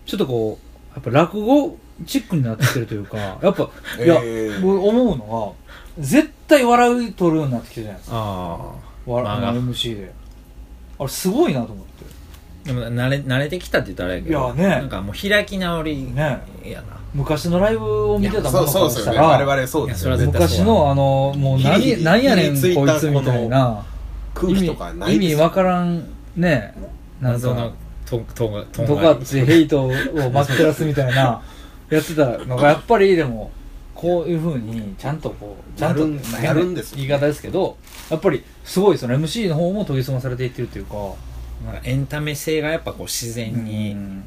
S2: ちょっとこう、やっぱ落語チックになってきてるという か、やっぱ、いや、
S4: えー
S2: 僕思うのは、絶対笑い取るようになってきてるじゃないですか
S3: あ
S2: わ
S3: まあ
S2: ら MC であれすごいなと思って
S3: あでも慣れ慣れてきたって言ったらあれやけど
S2: いやね
S3: なんかもう開き直り
S2: ね
S3: やな
S2: 昔のライブを見てたも
S4: そ
S2: の
S4: う
S2: か
S4: そう
S2: ら
S4: です
S2: した
S4: よね我
S2: ら
S4: 々そうですよ
S3: いやそれは絶
S4: ね
S3: 対
S2: 昔のあのもう
S4: ギリ
S2: 何
S4: ギリ
S2: なんやねん
S4: ギリついた
S2: こいつみたいな
S4: 空
S2: 意
S4: 気
S2: 味
S4: とかない
S2: 意味わからんねなん
S3: 謎の
S2: か
S3: ととがと
S2: と
S3: が
S2: かってヘイトをまき散らすみたいなやってたのがやっぱりでもこういうふうにちゃんとこうちゃんと
S4: やるんやるんですよ
S2: 言い方ですけどやっぱりすごいその MC の方も研ぎ澄まされていってるというか
S3: なんかエンタメ性がやっぱこう自然に
S2: うん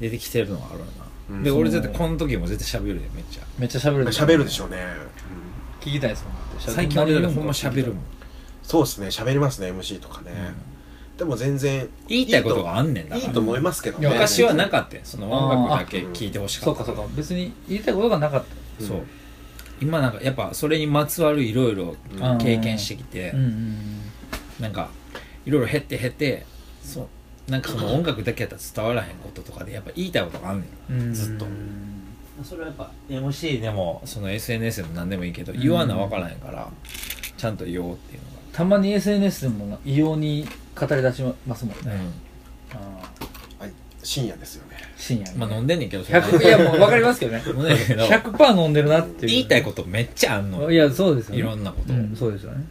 S3: 出てきてるのはあるよな、
S4: うん
S3: で
S2: そう
S3: 俺絶対この時も絶対喋るよめっちゃ
S2: めっちゃ喋る
S4: 喋るで
S2: しょ
S4: しょうね、
S2: 聞きたいですもん
S3: 最近俺だからほんま喋るもん
S4: そうですね喋りますね MC とかね、でも全然
S3: 言いたいことがあんねんだ
S4: い
S3: か
S4: い
S3: ら
S4: と思いますけど
S3: い
S4: ね
S3: や昔はな
S4: っ
S3: かったよその音楽だけ聞いてほしか
S2: そう
S3: った
S2: かそうか別に言いたいことがなかった
S4: うん
S3: そう今なんかやっぱそれにまつわるいろいろ
S2: うん
S3: 経験してきて、
S2: うんうん
S3: なんかいろいろ減って減ってそうなんかその音楽だけやったら伝わらへんこととかでやっぱ言いたいことがあんね
S2: うんん
S3: なずっとそれはやっぱ MC でもその SNS でも何でもいいけど言わな分からへんからちゃんと言おうっていう
S2: たまに SNS でもな異様に語り出しますもん
S3: の
S2: ね
S3: が、
S2: あー
S4: 深夜ですよね
S2: 深夜に
S3: まあ飲んでんねんけどそれ
S2: 100いやもう分かりますけどね
S3: 飲んでんねんけど
S2: 100%飲んでるなっていう
S3: 言いたいことめっちゃあんの
S2: いやそうですよね
S3: いろんなこと、
S2: うんそうですよね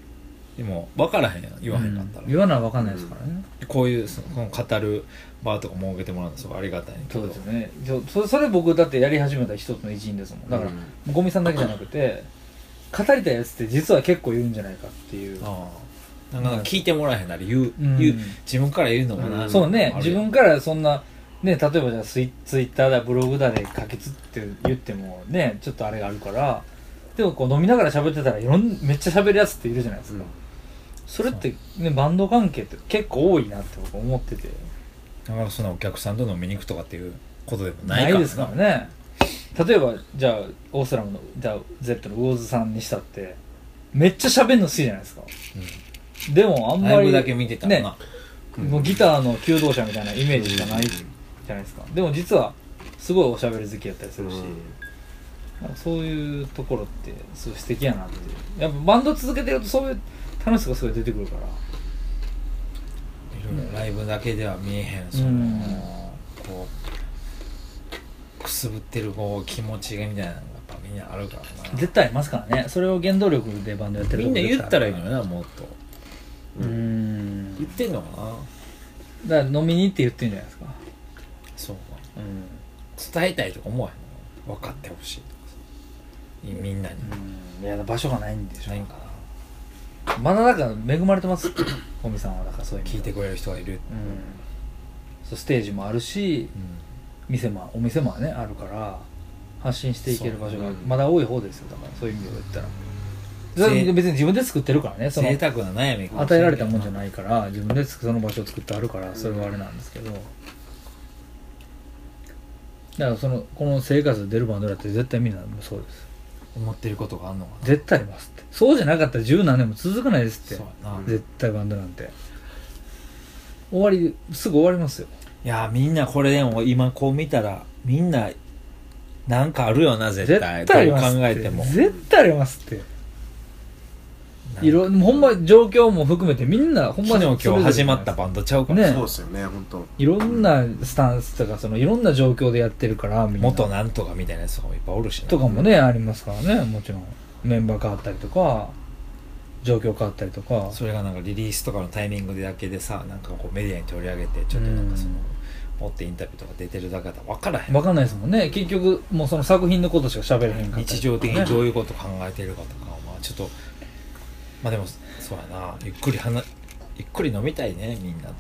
S3: でも分からへんやん言わへんかったら、
S2: うん言わな分かんないですからね
S3: こういうそのこの語る場とか設けてもらうのすごいありがたいねんけ
S2: そ
S3: ど
S2: うですよねそうそれそれ僕だってやり始めた一つの一員ですもんだから
S4: うん
S2: ゴミさんだけじゃなくて語りたいやつって実は結構いるんじゃないかっていう
S3: ああなんかなんか聞いてもらえへんなら言う,、
S2: うん
S3: 言う自分から言うのもな、
S4: うん
S2: そうね
S3: ある
S2: 自
S3: や
S2: 分
S3: ん
S2: からそんなね例えばじゃあツイツイッターだブログだで書きつって言ってもねちょっとあれがあるからでもこう飲みながら喋ってたらいろんめっちゃ喋るやつっているじゃないですか、それってねバンド関係って結構多いなって僕思ってて
S3: なんかそんなお客さんと飲みに行くとかっていうことでもない
S2: な
S3: から
S2: いですからね例えばじゃあオーストラムのじゃあ Z の魚津さんにしたってめっちゃ喋るの好きじゃないですか、でもあんま
S3: ライ
S2: り
S3: ブだけ見てたら
S2: ね
S3: な、
S2: もうギターの求道者みたいなイメージしかないじゃないですか、でも実はすごいおしゃべり好きやったりするし、なんかそういうところってすごい素敵やなっていうやっぱバンド続けてるとそういう楽しさがすごい出てくるから
S3: いろいろライブだけでは見えへんその、
S2: うん
S3: こうくすぶってるこう気持ちがみたいなのがやっぱみんなあるからな
S2: 絶対ありますからねそれを原動力でバンドやってる
S3: み
S2: とこ
S3: んな
S2: ろ
S3: 言ったらいいの
S2: う
S3: よなもっと
S2: ーん
S3: 言ってんのかな
S2: だから飲みに行って言ってるんじゃないですか
S3: そうか
S2: うん
S3: 伝えたいとか思わへんの分かってほしいとかさみんなに、
S2: うんいや場所がないんでしょ
S3: ないんかな
S2: まだだから恵まれて ます本美さんはだからそういう意味
S3: 聞い
S2: で
S3: てくれる人がいる、
S2: うんそうステージもあるし店もお店もねあるから発信していける場所が
S4: そう
S2: まだ多い方ですよだからそういう意味で言ったら
S3: ぜ
S2: それ別に自分で作ってるからねその
S3: 贅沢な悩みかもし
S2: 与え
S3: れな
S2: ら
S3: い
S2: れたもんじゃないから自分でその場所を作ってあるからそれはあれなんですけどだからそのこの生活で出るバンドだって絶対みんなそうです
S3: 思ってることがあんのかな
S2: 絶対ありますってそうじゃなかったら十何年も続かないですって
S3: そうやな、
S2: 絶対バンドなんて終わりすぐ終わりますよ
S3: いやーみんなこれでも今こう見たらみんななんかあるよな絶対
S2: 絶対あります
S3: どう考
S2: っ
S3: え
S2: て
S3: ても
S2: 絶対ありますって
S3: なんか
S2: いろほんま状況も含めてみんなほんま
S3: 昨
S2: に
S3: 日今日始まったバンドちゃうから、
S2: ね
S4: そうですよね本当
S2: いろんなスタンスとかそのいろんな状況でやってるからみんな
S3: 元なんとかみたいなやつとかもいっぱいおるしな
S2: とかもねありますからねもちろんメンバー変わったりとか状況変わったりとか
S3: それがなんかリリースとかのタイミングでだけでさなんかこうメディアに取り上げてちょっとなんかその、
S2: うん
S3: 持ってインタビューとか出てるだけだと分からへん
S2: わかんないですもんね結局もうその作品のことしか喋れへんかったりとかね
S3: 日常的にどういうこと考えてるかとかはまあちょっとまあでもそうやなゆっくり話ゆっくり飲みたいねみんなとね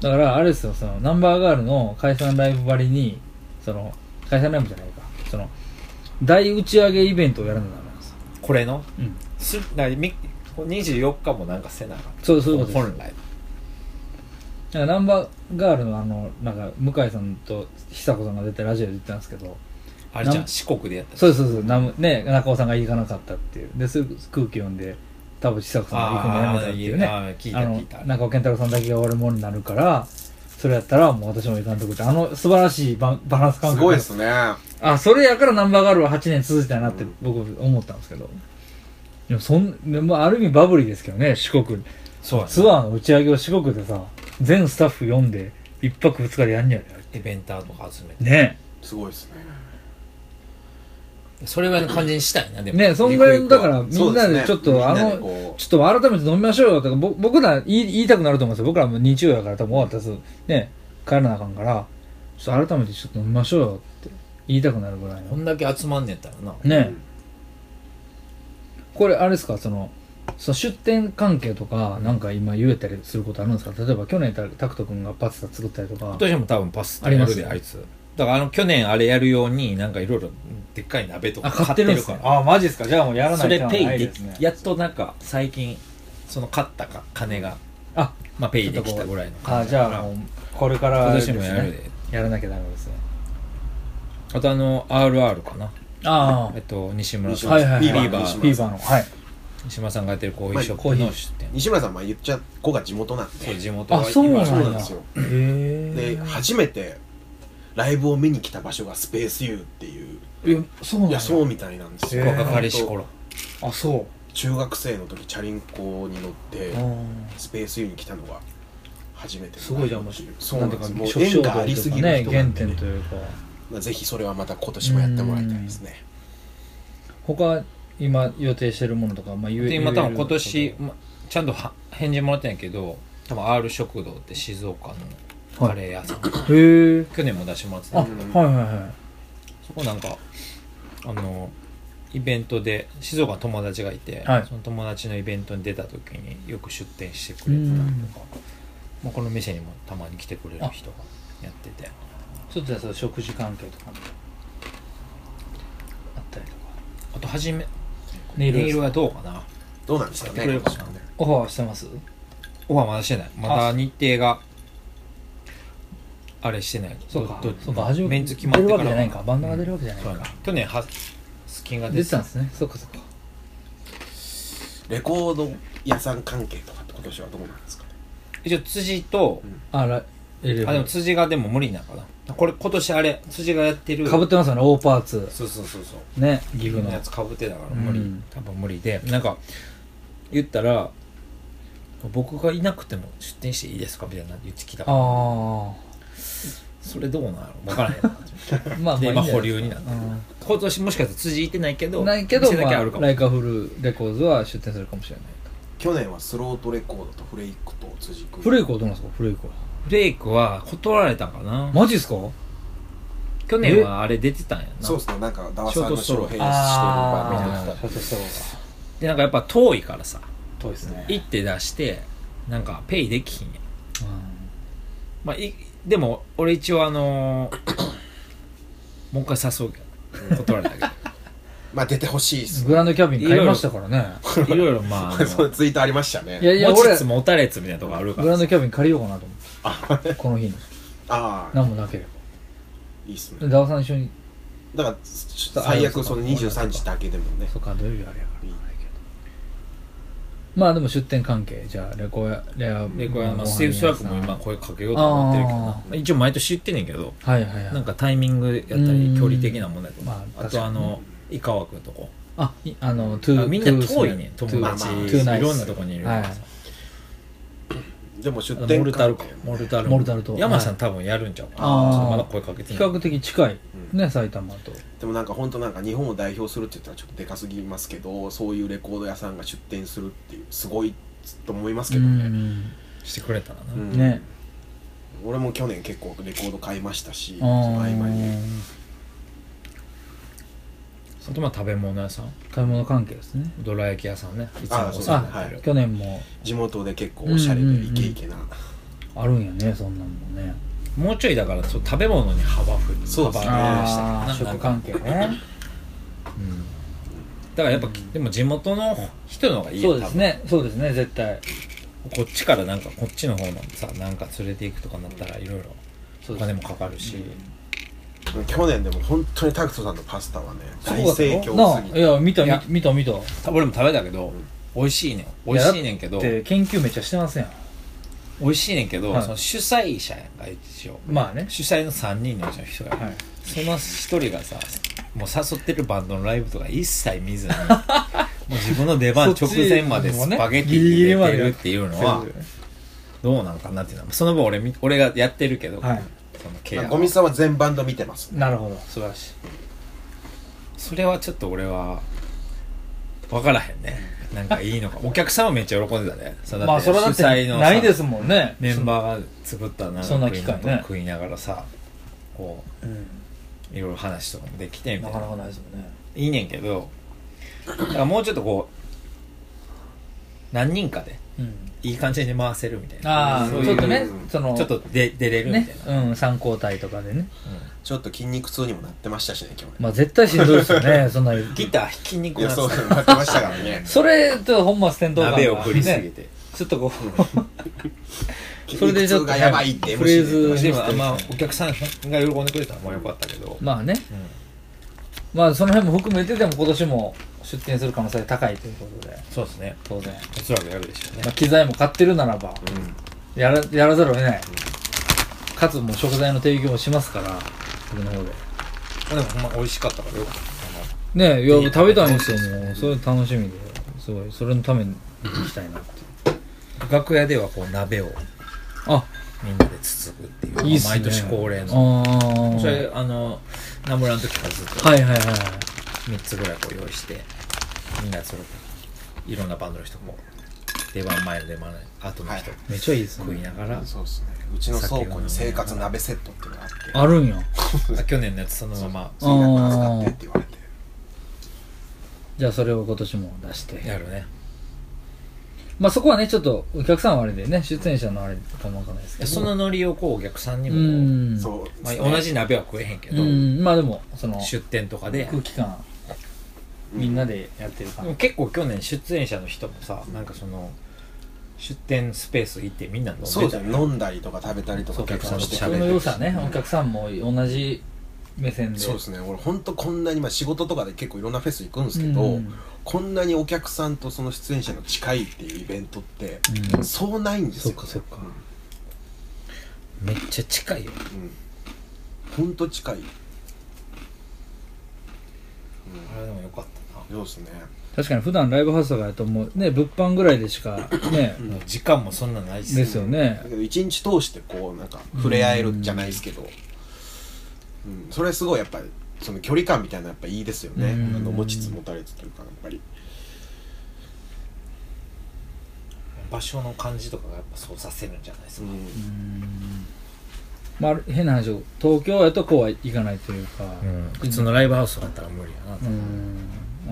S2: だからあれですよそのナンバーガールの解散ライブばりにその解散ライブじゃないかその大打ち上げイベントをやらなきゃダメなんですよ、
S3: これの
S2: うん、
S3: すなみ24日もなんかせなあかん
S2: そうそういうことです
S3: 本来
S2: だからナンバーガールのあのなんか向井さんと久子さんが出てラジオで言ってたんですけど
S3: あれじゃ
S2: なん
S3: ん四国でやった
S2: そうそうそうナムね中尾さんが行かなかったっていうですぐ空気読んで田淵久子さんが行くのやめたっていうね
S3: あーあー聞いた
S2: あの
S3: 聞いた
S2: 中尾健太郎さんだけが終わるものになるからそれやったらもう私も行かんとこってあの素晴らしいババランス感
S4: す
S2: 覚
S4: ごいですね
S2: あそれやからナンバーガールは8年続いたなって僕思ったんですけどでもそんでもある意味バブリーですけどね四国
S3: そうやな
S2: ツアーの打ち上げを四国でさ全スタッフ読んで1泊2日でやんねやで
S3: イベンターとか集めて
S2: ね
S4: すごいですね
S3: それぐらいの感じにしたいなでも
S2: ねそんぐらいだからみ
S4: そうん
S2: な
S4: すね
S2: でちょっとあ
S4: みんなで
S2: の
S4: こ
S2: ちょっと改めて飲みましょうよとかぼ僕ら言い言いたくなると思うんですよ僕らも日曜やから多分終わったらすぐね帰らなあかんからちょっと改めてちょっと飲みましょうよって言いたくなるぐらい
S3: こ
S2: の
S3: んだけ集まんねやったらな
S4: う
S2: ねこれあれですかそのその出店関係とかなんか今言えたりすることあるんですか例えば去年たタクト君がパスタ作ったりとか
S3: 今年も多分パスタ
S2: あり
S3: や
S2: ま
S3: る
S2: す
S3: であいつだからあの去年あれやるようになんかいろいろでっかい鍋とか
S2: あ買ってるんですかあマジですかじゃあもうやらない
S3: それペイ
S2: ない
S3: で
S2: ですね
S3: やっとなんか最近その買ったか金が
S2: あ
S3: まあペイできたぐらいの
S2: あ
S3: 感
S2: じゃあもうこれから
S3: 今
S2: で
S3: 年
S2: す
S3: も
S2: ね
S3: やるで
S2: やらなきゃダメですね
S3: あとあの RR かな
S2: あ
S3: えっと西村
S4: 西
S3: さ
S4: あ
S3: ん、
S4: 村
S2: はいはい
S3: ビ
S2: はい
S3: ーバー
S2: ビーバーのはい
S3: 西村さんがやってるコーヒーショッ
S2: まあ
S3: プの出店
S4: 西村さんまあ言っちゃ子が地元なんで
S3: そう地元
S2: あ
S3: が
S2: そうなんだ
S4: そうなんですよ
S2: へ
S4: で初めてライブを見に来た場所がスペース U っていう
S2: えいやそうなん
S4: い
S2: だ
S4: やそうみたいなんですよ、
S2: へー
S3: 若かりし頃
S2: あそう
S4: 中学生の時チャリンコに乗って
S2: うん
S4: スペース U に来たのが初めて
S2: すごいじゃあもう
S4: そうなんですもう
S2: 初
S4: 縁
S2: 心
S4: があ
S2: 者
S4: り
S2: と
S4: す
S2: いう
S4: ぎ
S2: か
S4: る
S2: ね
S4: 人な
S2: 原
S4: んで、
S2: 点
S4: ね
S2: というか
S4: まあ、ぜひそれはまた今年もやってもらいたいですね
S2: 他今予定してるものとかまあ言え
S3: で
S2: 言え
S3: 今
S2: る
S3: 多分今年まちゃんとは返事もらってんやけど多分 R 食堂って静岡のカレー屋さん、
S2: へえ
S3: 去年も出してもらって
S2: あは
S3: た
S2: い
S3: んで
S2: はいはい
S3: そこなんかあのイベントで静岡の友達がいて、
S2: はい
S3: その友達のイベントに出た時によく出店してくれてたりとか、まあ、この店にもたまに来てくれる人がやってて
S2: ちょっとじゃあその食事関係とかもあったりとか
S3: あと初め
S2: ネイル
S3: ネイルはどうかな
S4: どうなんですかね
S3: やってくれるかな
S4: 今年もね
S2: オファーはしてます
S3: オファーまだしてないまだ日程があれしてない
S2: そうか
S3: どど
S2: そうか初め
S3: メンツ決まっ
S2: 出
S3: て
S2: る
S3: か
S2: わけじゃ
S3: ら
S2: ないかバンドが出るわけじゃない
S3: そうや
S2: か
S3: な去年はスキンが
S2: 出て
S3: 出て
S2: たん
S3: た
S2: ですねそっかそっか
S4: レコード屋さん関係とかって今年はどうなんですかね
S3: 一応辻と
S2: あらえ
S3: あでも辻がでも無理なのかなこれ今年あれ辻がやってる
S2: かぶってますよねオーパーツ
S3: そうそうそうそう
S2: ね岐阜の
S3: やつかぶってだから無理、
S2: うん
S3: 多分無理でなんか言ったら僕がいなくても出店していいですかみたいな言ってきたから
S2: あ
S3: それどうなの分からへんな
S2: あ まあ
S3: で
S2: ま
S3: 今
S2: あ
S3: 保留になって
S2: う
S3: る
S2: ん
S3: 今年もしかしたら辻いてないけど
S2: ないけど
S3: 店だけある
S2: ま
S3: か
S2: あ
S3: も、
S2: ライカフルレコーズは出店するかもしれない
S4: 去年はスロートレコードとフレイクと辻君
S2: 古い子どうなんですか古い子は
S3: ブレイクは断られたんかな、
S2: マジっすか
S3: 去年はあれ出てたんやな
S4: そうですねなんかダワさんの
S3: シ
S4: シ
S3: ョ
S4: ョ
S3: ー
S4: ー編
S3: トス
S4: してる
S3: ト
S4: 番
S3: ー
S4: 組
S2: あ
S4: だ
S2: あ
S4: っ
S2: ひょっとしたら
S3: でなんかやっぱ遠いからさ
S2: 遠いですね
S3: 行って出してなんかペイできひんやん
S2: う
S3: まあ、いでも俺一応あのー もう一回誘うけど断られた
S4: まあ出てほしいです
S2: んグランドキャビン買いましたからね
S3: け どいろいろまああの
S4: そのツイートありましたね
S2: いやいや
S3: 持
S2: 俺
S3: ちつ持たれつみたいなとこあるか
S2: グラ
S3: ら
S2: ンドキャビン借りようかなと思ってこの 日に
S4: ああ
S2: 何もなけれ
S4: いいっす
S2: ば
S4: ね
S2: ダオさん一緒に
S4: だから最悪その23日だけでもね
S2: そうか土曜日あれやから
S4: いい
S2: ままあでも出店関係じゃあレコヤレア
S3: でこれあ
S2: ま
S3: の
S2: あ
S3: セーフスワークも今声かけようと思ってるけどな一応毎年言ってんねんけど
S2: はいはいはい
S3: なんかタイミングやった
S2: うん
S3: り距離的なもんだと、
S2: まあ
S3: あ、とあの井川君とこ
S2: あいあのトゥ
S3: あみんな遠いね
S2: ト
S3: 友
S2: ゥー
S3: 達
S2: トゥ
S3: い
S2: ーナイス
S3: ろんなとこにいる、
S2: はい
S4: でも出
S3: あの
S4: 店
S3: モルタルか
S4: 関係
S3: モルタル
S2: モルタルと
S3: 山さん多分やるんちゃうかな
S2: あー
S3: ちょっとまだ声かけて
S2: 比
S3: ない
S2: 較的近い
S4: うん
S2: ね埼玉と
S4: でもなんか本当なんか日本を代表するって言ったらちょっとでかすぎますけどそういうレコード屋さんが出店するっていうすごいと思いますけどね、
S3: してくれたらな、
S4: うん
S2: ね
S4: 俺も去年結構レコード買いましたしそ
S2: あ
S4: の合間に
S2: ー
S3: あとまあ食べ物屋さん
S2: 買い物関係ですね
S3: どら焼き屋さんねいつも
S4: あ
S3: お
S4: ー
S3: 世話にな
S2: あ
S3: ってる
S2: 去年も
S4: 地元で結構おしゃれでイケイケな、
S2: あるんやねそんなんもね
S3: もうちょいだからちょっと食べ物に幅振る
S4: そうですね
S3: 幅
S4: あ
S3: 出したい
S2: あ
S3: な
S2: ー
S3: なん
S2: 食
S3: か
S2: 関係ね
S3: うんだからやっぱ、でも地元の人の 方がいいよ
S2: そうですねそうですね絶対
S3: 多分こっちからなんかこっちの方のさなんか連れていくとかなったらいろいろ
S2: そ
S3: お
S2: うです
S3: 金もかかるし、
S4: 去年でも本当にタクトさんのパスタはね大
S2: そう
S4: 盛
S2: だった
S4: 況
S2: よ
S4: すぎ
S2: なあいや
S4: て
S2: 見た
S3: いや
S2: 見た見た
S3: た俺も食べたけど、美味しいねん美味しいねんけど
S2: やだって研究めっちゃしてません
S3: 美味しいねんけど、
S2: はい
S3: その主催者やんか一応
S2: まあね
S3: 主催の3人のうちの人が、
S2: はい
S3: その一人がさもう誘ってるバンドのライブとか一切見 ずにもう自分の出番
S2: そ
S3: 直
S2: っち
S3: 前まで
S2: も
S3: ス
S2: ね
S3: パゲティ
S2: ギリギ
S3: 入
S2: リま
S3: れて
S2: で
S3: るっていうのはどうなんかなっていうのはその分俺み俺がやってるけど、
S2: はい
S3: そのケア
S4: ゴミさんは全バンド見てます
S2: なるほど素晴らしい
S3: それはちょっと俺は分からへんねなんかいいのかお客さんはめっちゃ喜んでたねそうだって
S2: まあそれはだっ
S3: 主催
S2: て
S3: のさ
S2: ないですもんね
S3: メンバーが作ったなんか
S2: そんな機会ね
S3: 食い物食いながらさこ
S2: うん
S3: ういろいろ話とかもできてみた
S2: ないか
S3: な
S2: なかないですもんね
S3: いいねんけどだからもうちょっとこう何人かで
S2: うん
S3: いい感じに回せるみたいな
S2: ああ
S4: そ
S2: ち
S4: ういう
S2: ょっとね
S4: うん
S2: その
S3: ちょっとで出れるみたい
S2: ねうん参考体とかでね
S3: な、
S4: ちょっと筋肉痛にもなってましたしね去年
S2: まあ絶対しんどいですよ ねそんな
S3: うんギター弾きにく
S4: い
S3: な
S4: や
S3: って
S4: そう
S3: た
S4: なってましたから ね
S2: それと本末転倒感が
S3: 鍋を振りすぎ
S2: ね
S3: て、
S2: ちょっとこう
S4: 筋肉痛がやばいって
S2: フレー
S4: MC
S2: ズ
S3: でもあんまお客さんが喜んでくれたのも良かったけど、
S2: まあね
S3: うん
S2: まあその辺も含めてでも今年も出店する可能性が高いということで
S3: そうですね
S2: 当然、
S3: おそらくやるでしょうね
S2: まあ、機材も買ってるならばやらやらざるを得ないかつもう食材の提供もしますから僕の方で
S3: でもほんま美味しかったからよかった
S2: ねえい
S3: いい
S2: や
S3: ね
S2: 食べたんですよもうそれ楽しみですごいそれのために行きたいなっていう
S3: 楽屋ではこう鍋を
S2: あ
S3: みんなでつつくっていう
S2: いいっすね
S3: 毎年恒例の
S2: ああ
S3: それあの名村の時からずっと
S2: はいはいはい
S3: 3つぐらいこう用意してみんなそれいろんなバンドの人も出番前の出番後の人、
S4: は
S2: めっちゃいいです
S3: 食い
S2: ね
S3: ながら、
S4: うんそうですねうちの倉庫に生活鍋セットっていうのがあって
S2: あるんや
S3: あ去年のやつそのまま
S4: それなんか使ってって言われて
S2: じゃあそれを今年も出して
S3: やるね
S2: まあそこはねちょっとお客さんはあれでね出演者のあれかもわかんないですけど
S3: そのノリをこうお客さんに
S2: う
S3: もこう、
S2: ん
S4: そう
S3: まあ、同じ鍋は食えへんけ
S2: う
S3: ど、
S2: んまあでもその
S3: 出店とかで
S2: 空気感みんなでやってる感
S3: で
S2: じ
S3: も結構去年出演者の人もさなんかその出店スペース行ってみんな飲んで
S4: そう
S3: た
S4: だ
S3: よ
S4: ね飲んだりとか食べたりとか
S3: そうお客さんと
S4: 結
S3: 喋
S4: 構
S3: る
S2: その良さねお客さんも同じ目線で
S4: そうですね俺ほんとこんなにまあ仕事とかで結構いろんなフェス行くんですけど、
S2: うん
S4: こんなにお客さんとその出演者の近いっていうイベントって、
S2: うん
S4: そうないんです
S2: そ
S4: よ
S2: っかそっか
S3: めっちゃ近いよ
S4: うん、うんほんと近い
S3: あれでもよかったな
S4: そうですね
S2: 確かに普段ライブハウスとかやともうね物販ぐらいでしかね
S3: もう時間もそんなないし
S2: ですよね
S4: だけど一日通してこうなんか触れ合えるじゃないですけど、うんそれすごいやっぱりその距離感みたいなのやっぱいいですよね、
S2: うん
S4: あの持ちつ持たれつというかやっぱり
S3: 場所の感じとかがやっぱそうさせるんじゃないです
S4: う
S3: か、
S4: ん
S2: まあ変な話を東京やとこうはいかないというか
S3: うん普通のライブハウスだったら無理やな、
S2: う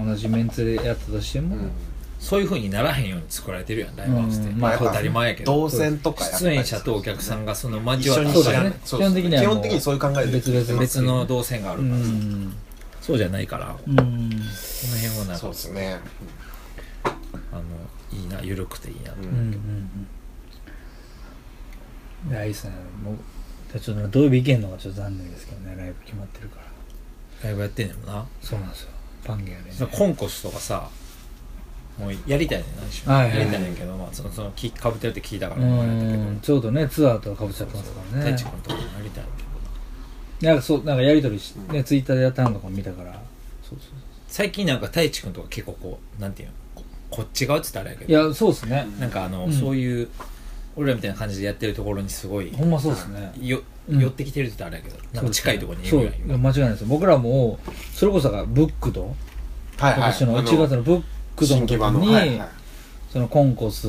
S2: ん同じメンツでやったとしても
S4: うん
S3: そういうふうにならへんように作られてるやんライブハウスって、
S2: うん
S3: ま
S2: ま
S3: あ
S2: あ
S3: 当たり前やけど
S4: 動線とかやっぱり
S3: 出演者とお客さんがその交
S4: 一
S3: わ
S4: 緒
S3: っ
S4: に
S2: そう
S4: 知ら
S2: だ
S4: な
S2: ね
S4: い
S2: 基本的には
S4: 基
S2: もう
S4: 本的にそういう考えで
S2: 別々
S4: やってます
S3: 別の動線がある
S2: う
S3: から、
S2: ん
S3: そうじゃないからこ
S2: う
S3: の
S2: ん
S3: 辺はなん
S4: そ
S3: か
S4: うですね
S3: あのいいな緩くていいな、
S4: うん
S2: うんうんいやいいっすねもうちょっと土曜日行けんのがちょっと残念ですけどねライブ決まってるから
S3: ライブやってんねんもな
S2: そうなんですよパンゲアでね
S3: コンコスとかさもうやりたいね何しろ、
S2: はいはい
S3: やりたいねんけど、まあ、そのそのきかぶってるって聞いたから
S2: う
S3: 言われたけど
S2: んちょうどねツアーとかぶっちゃってますから
S3: 太
S2: ね
S3: 一君とかもやりたいけど
S2: なんかそうなんかやり取りし、ねツイッターでやったのとかも見たからそうそう
S3: 最近なんか太一君とか結構こうなんていうのここっち側って言ったらあれや
S2: い
S3: けど
S2: やそうですね
S3: なんかあの、
S2: うん
S3: そういう俺らみたいな感じでやってるところにすごい
S2: ほんまそうですね
S3: よ、
S2: うん
S3: 寄ってきてるって言ったらあれやけどなんか近いところにい
S2: そ
S3: る
S2: う
S3: やん
S2: い
S3: 今
S2: や間違いないです僕らもそれこそがブックド
S4: はい
S2: 今年の1月のブックドの
S4: 新
S2: 時
S4: 規版の、はい
S2: に
S4: はい、
S2: そのコンコス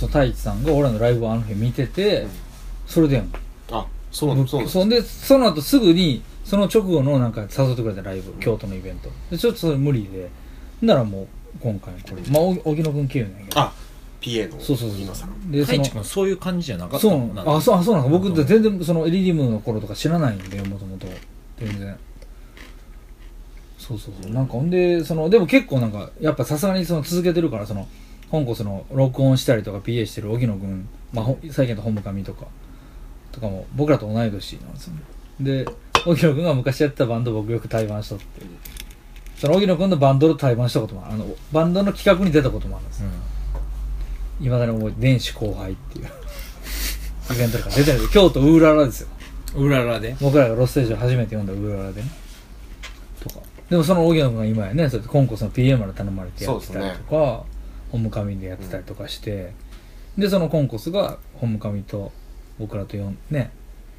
S2: と太一さんが俺らのライブをあの日見ててそれでやん
S4: あそうなんそうなんです
S2: そんでその後すぐにその直後のなんか誘ってくれたライブ京都のイベントでちょっとそれ無理でならもう今回これまあお荻野君経由なんやけど
S4: あ PA の
S2: そうそうそう
S4: 飯野さん
S2: で
S3: 太
S2: その
S3: 一君そういう感じじゃなかった
S2: そ
S3: も
S2: うん
S3: な
S2: あそうあそうなんか僕
S3: うん
S2: 全然そのエリリムの頃とか知らないんでもともと全然そうそうそうなんかほんでそのでも結構なんかやっぱさすがにその続けてるからその本校その録音したりとか PA してる荻野君まあほ最近と本部上とかとかも僕らと同い年なんですよねで荻野君が昔やってたバンド僕よく対バンしとってその荻野君のバンドと対バンしたこともあるあのバンドの企画に出たこともあるんです
S3: うん
S2: いまだに覚えて電子後輩っていうイベントとか出てるんです京都ウーララですよ
S3: うららで
S2: 僕らがロスステージを初めて読んだウーララでねとかでもその荻野君が今やねそうやってコンコースの PM から頼まれてやってたりとか本ムカミでやってたりとかして、でそのコンコースが本ムカミと僕らとよんね、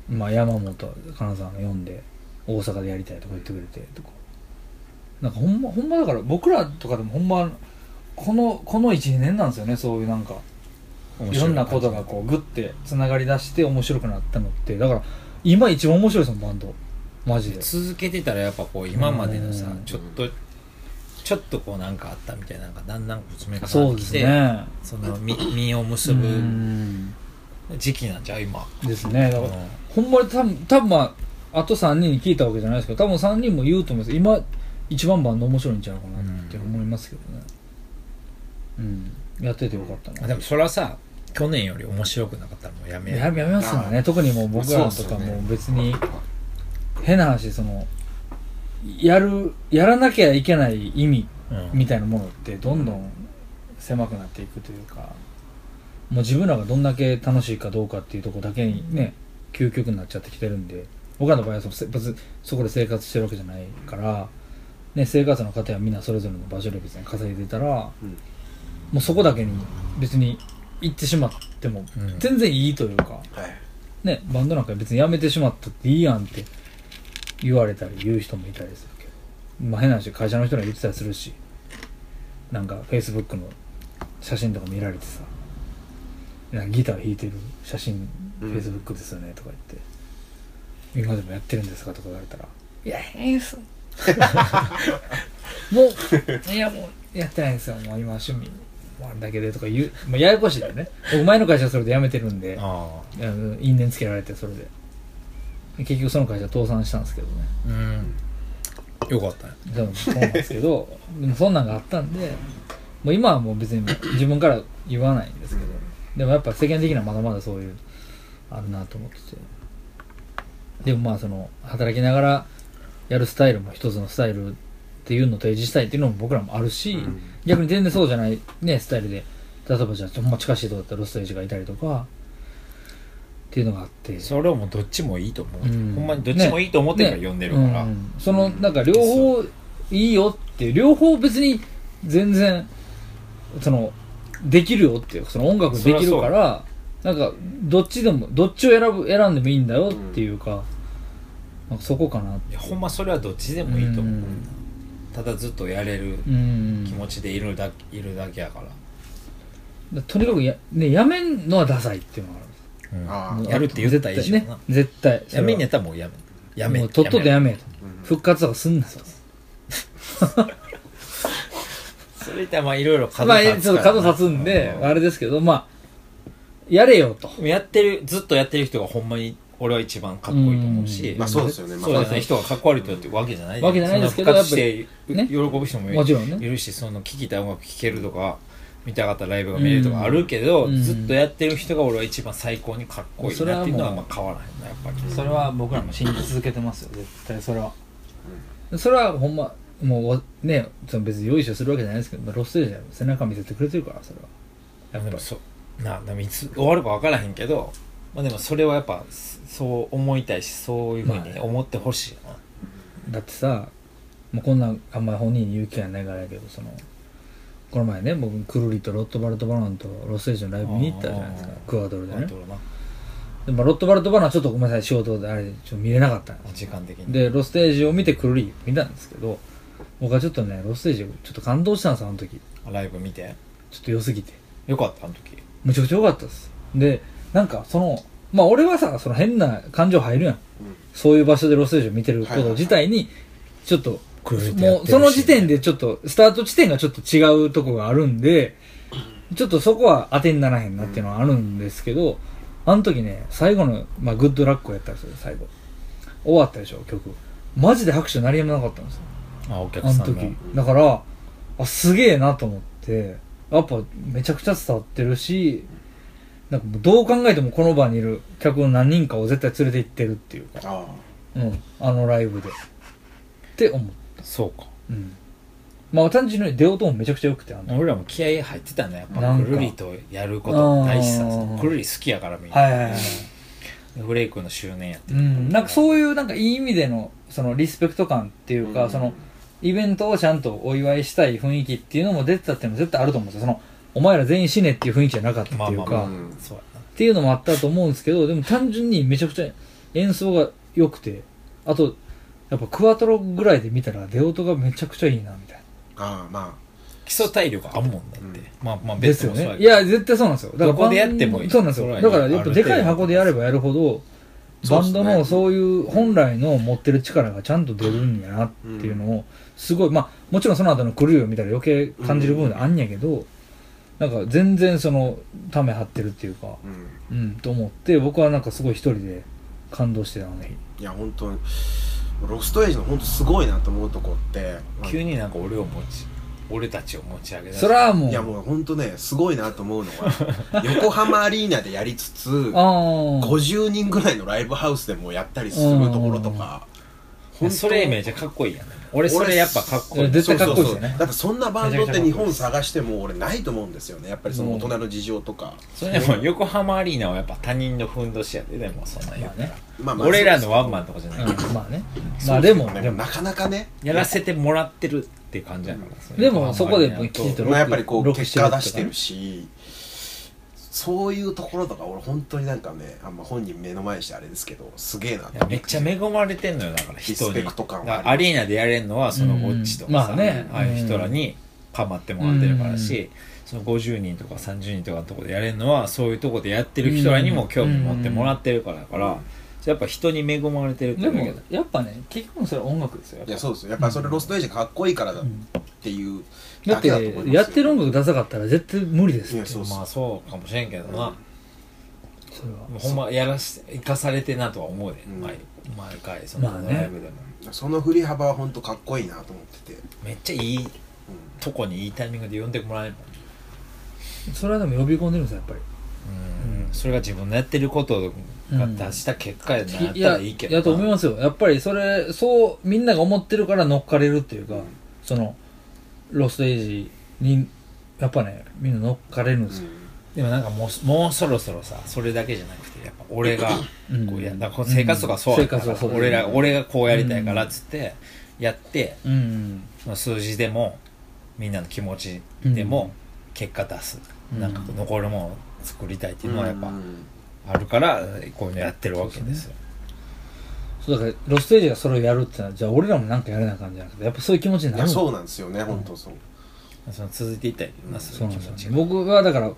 S2: まあ、山本金沢が読んで大阪でやりたいとか言ってくれてとかなんかほんまほんまだから僕らとかでもほんまこのこの12年なんですよねそういうなんか
S3: 面
S2: い
S3: 白
S2: ろ
S3: い
S2: んなことがこうグッてつながりだして面白くなったのってだから今一番面白いですもんバンドマジで
S3: 続けてたらやっぱこう今までのさ
S2: うん
S3: ちょっとちょっとこうなんかあったみたいなのがだんだんこう詰め重
S2: そ
S3: なっ
S2: う
S3: て
S2: で
S3: き
S2: す
S3: て、
S2: ね
S3: その実実を結
S2: う
S3: ぶ
S2: ん
S3: 時期なんじゃう今、
S2: ですねだ
S3: う
S2: か
S3: ん
S2: らほんまに多分多分まああと3人に聞いたわけじゃないですけど多分3人も言うと思います今一番バンド面白いんちゃうかなって思いますけどねうんやっててよかった
S3: あ
S2: な
S3: でもそれはさ去年より面白くなかったらもうやめ
S2: ややめますよね特にもう僕らとかもう別に変な話そのやるやらなきゃいけない意味
S3: うん
S2: みたいなものってどんどん狭くなっていくというかもう自分らがどんだけ楽しいかどうかっていうとこだけにね究極になっちゃってきてるんで僕らの場合はそのせ別にそこで生活してるわけじゃないから、ね、生活の糧はみんなそれぞれの場所で別に稼いでたら、
S4: うん
S2: もうそこだけに別に行ってしまっても
S3: うん
S2: 全然いいというか、
S4: はい
S2: ね、バンドなんか別に辞めてしまったっていいやんって言われたり言う人もいたりするけど、まあ、変な話会社の人には言ってたりするしなんかフェイスブックの写真とか見られてさなんかギター弾いてる写真
S4: う
S2: フ
S4: ん
S2: ェイスブックですよねとか言って、今でもやってるんですかとか言われたら「いやええっ す」もういやもうやってないんですよもう今趣味もうあれだけでとか言う、まあ、ややこしいだよね僕前の会社はそれで辞めてるんで
S3: あ
S2: あの因縁つけられてそれで結局その会社倒産したんですけどね
S3: あうんよかったね
S2: でもそうなんですけど でもそんなんがあったんでもう今はもう別に自分から言わないんですけどでもやっぱ世間的にはまだまだそういうあるなと思っててでもまあその働きながらやるスタイルも一つのスタイルっていうのを提示したいっていうのも僕らもあるし、
S4: うん
S2: 逆に全然そうじゃないねスタイルで例えばじゃあほんま近しいとこだったらロストエイジがいたりとかっていうのがあって
S3: それはもうどっちもいいと思う、
S2: うん
S3: ほんまにどっちもいいと思ってから
S2: ね
S3: 呼んでるから、
S2: うんそのなんか両方いいよって両方別に全然そのできるよっていうその音楽できるからなんかどっちでもどっちを選ぶ選んでもいいんだよっていうか,、なんかそこかなって
S3: いやほんまそれはどっちでもいいと思う、
S2: うん
S3: ただずっとやれる
S2: うん
S3: 気持ちでいるだけいるだけやから、
S2: だとにかくや,、ね、やめんのはダサいっていうのがある
S3: うん
S2: も
S4: あ
S2: う
S4: あ
S3: やるって言ってた以上な
S2: 絶対ね絶対
S3: やめんやっ
S2: った
S3: らもうやめやめ
S2: もうとっととやめと
S4: うん
S2: 復活とかすんなと
S3: それってまあいろいろ角
S2: まあ
S3: 立つ
S2: ちょっと角立つんであれですけどまあやれよと
S3: やってるずっとやってる人がほんまに俺は一番かっこいいと思うし、
S2: うん
S4: まあそうですよねま
S3: そ
S4: あ
S3: うじゃない人がかっこ悪い人ってわけじゃない
S2: わけじゃないですけど
S3: そん復活して
S2: やっぱり
S3: 喜ぶ人もいる
S2: もちろんね
S3: いるしその聴きたい音楽聴けるとか見たかったライブが見れるとかあるけど、
S2: うん
S3: ずっとやってる人が俺は一番最高にかっこいいなっていう
S2: それはも
S3: のはま
S2: う
S3: あ変わらへんなやっぱり
S2: それは僕らも信じ続けてますよ絶対それは、それはほんまもうねその別に用意しするわけじゃないですけど、まあ、ロステージは背中見せてくれてるからそれは
S3: やっぱそうなでもいつ終わるか分からへんけど、まあ、でもそれはやっぱそう思いたいしそういうふうに思ってほしいな、
S2: だってさもうこんなんあんまり本人に言う気はないからやけどそのこの前ね僕クルリとロットバルト・バナンとロステージのライブ見に行ったじゃないですか
S3: あー
S2: クアドルで
S3: な
S2: ね
S3: んだろうな
S2: で、まあ、ロットバルト・バナンはちょっとごめんなさい仕事であれちょっと見れなかったんです
S3: 時間的に
S2: でロステージを見てクルリ見たんですけど僕はちょっとねロステージをちょっと感動したんですあの時
S3: ライブ見て
S2: ちょっと良すぎて
S3: よかったあの時
S2: むちゃくちゃ良かったですでなんかそのまあ俺はさその変な感情入るやんそういう場所でロステージを見てること自体にちょっと
S3: クルリとや
S2: も
S3: ってる
S2: う
S3: し
S2: その時点でちょっとスタート地点がちょっと違うとこがあるんでちょっとそこは当てにならへんなっていうのはあるんですけどあの時ね最後の、まあ、グッドラックをやったんですよ最後終わったでしょ曲マジで拍手鳴りやまなかったんですよ
S3: あお客
S2: あの
S3: さん
S2: 時
S3: の
S2: だからあすげえなと思ってやっぱめちゃくちゃ伝わってるしなんかもうどう考えてもこの場にいる客の何人かを絶対連れて行ってるっていうか、
S4: あ
S2: うん、あのライブでって思う、
S3: そうか
S2: うん、まあ単純に出音もめちゃくちゃ良くてあの
S3: 俺らも気合入ってたねやっ
S2: な
S3: ぱ
S2: ん
S3: く
S2: か
S3: るりとやること大事さ
S2: あー
S3: そのくるり好きやからみんな、
S2: はいはいはいはい、
S3: フレイクの周年やって
S2: うん、なんかそういうなんかいい意味でのそのリスペクト感っていうか、そのイベントをちゃんとお祝いしたい雰囲気っていうのも出てたっていうのも絶対あると思うんですよそのお前ら全員死ねっていう雰囲気じゃなかったっていうか、
S3: まあまあまあ
S4: うん
S3: そうやな
S2: っていうのもあったと思うんですけどでも単純にめちゃくちゃ演奏が良くてあとやっぱクワトロぐらいで見たら出音がめちゃくちゃいいなみたい
S4: ああま
S3: 基礎体力あんもんだって、
S4: うん
S3: まあまあ
S2: なで
S3: 別
S2: すよ
S3: もそうや
S2: ね
S3: け
S2: い
S3: ど
S2: や絶対そうなんですよだから
S3: どこでやってもい
S2: バ
S3: い
S2: ンそうなんです
S3: それは
S2: よ
S3: い
S2: だ
S3: い
S2: からやっぱでかい箱でやればやるほど
S4: そ
S2: バ
S4: うっす
S2: ンド
S4: ね
S2: のそういう本来の持ってる力がちゃんと出るんやなっていうのをすごいまあもちろんその後のクルーを見たら余計感じる部分あんやけどなんか全然そのため張ってるっていうか
S4: あうん
S2: うんと思って僕はなんかすごい一人で感動してたのね
S4: いや本当にロストエイジの本当すごいなと思うとこって
S3: 急になんか俺を持ち俺たちを持ち上げだ
S2: それはもう
S4: いやもう本当ねすごいなと思うの は横浜アリーナでやりつつ
S2: ああ
S4: 50人ぐらいのライブハウスでもやったりするところとか
S3: うそれめっちゃかっこいいやん俺それやっぱかっこいい
S2: 俺絶対かっこいいですよね
S4: そうそうそうだってそんなバンドって日本探しても俺ないと思うんですよねやっぱりその大人の事情とか、
S3: それでも横浜アリーナはやっぱ他人のふんどしやででもそんなん言うから、
S4: まあ
S3: 俺らのワンマンとかじゃない、
S2: うんまあねまあでも
S4: で
S2: で
S4: も
S2: も
S4: なかなかね
S3: やらせてもらってるって感じやから、の
S2: でも
S3: 横浜アリーナ
S2: そこでやっぱ聞いてる
S4: まあやっぱりこ
S2: ロッ
S4: う
S2: ク
S4: 結果出してるしそういうところとか俺本当になんかねあんま本人目の前にしてあれですけどすげえなと
S3: い
S4: 思
S3: やめっちゃ恵まれてんのよだから人に
S4: リスペクト感はある
S3: だからアリーナでやれんのはそのゴッチとかさ、
S2: うんまあね
S3: ああいう人らにかまってもらってるからし、その50人とか30人とかのとこでやれんのはそういうとこでやってる人らにも興味持ってもらってるからだから、やっぱ人に恵まれてるって
S2: で
S3: だけ
S2: も
S3: だ
S2: やっぱね結局それは音楽ですよ
S4: いやそうですよやっぱそれロストエイジかっこいいからだっていう
S2: だっ
S4: けだと思い
S2: て
S4: ますよ
S2: やってる音楽出さかったら絶対無理です
S4: い
S2: よ
S4: やそうっす
S3: まあそうかもしれんけどな、
S2: それは
S3: ほんまやらして生かされてなとは思うで、
S4: うん
S3: 毎毎回その
S2: まあね
S3: ライブでも、
S4: その振り幅は本当かっこいいなと思ってて、
S3: めっちゃいいとこにいいタイミングで呼んでもらえるもん
S2: それはでも呼び込んでるんですよやっぱり
S3: うんそれが自分のやってることが出した結果やなやったらいいけどな
S2: やと思いますよやっぱりそれそうみんなが思ってるから乗っかれるっていうか、そのロストエイジにやっぱねみんな乗っかれるんですよ、
S3: でもなんかもうもうそろそろさそれだけじゃなくてやっぱ俺が
S2: うん
S3: こうやだからこう生活とかそうやか
S2: 生活
S3: ら
S2: はそうだね
S3: 俺ら俺がこうやりたいからっつってやって
S2: うんうん
S3: その数字でもみんなの気持ちでも結果出す
S2: うん
S3: なんかこう残るものを作りたいっていうのはやっぱ
S4: うん
S3: あるからこういうのやってるわけですよ
S2: そうだからロステージがそれをやるってのはじゃあ俺らもなんかやらなあかんじゃなくてやっぱそういう気持ちに
S4: い
S2: な
S4: や
S2: る
S4: そうなんですよね本当そう、
S3: その続いていったりなす
S2: そう
S3: る
S2: なん
S3: 気
S2: ですよ、
S3: 持ちが
S2: ね、僕はだから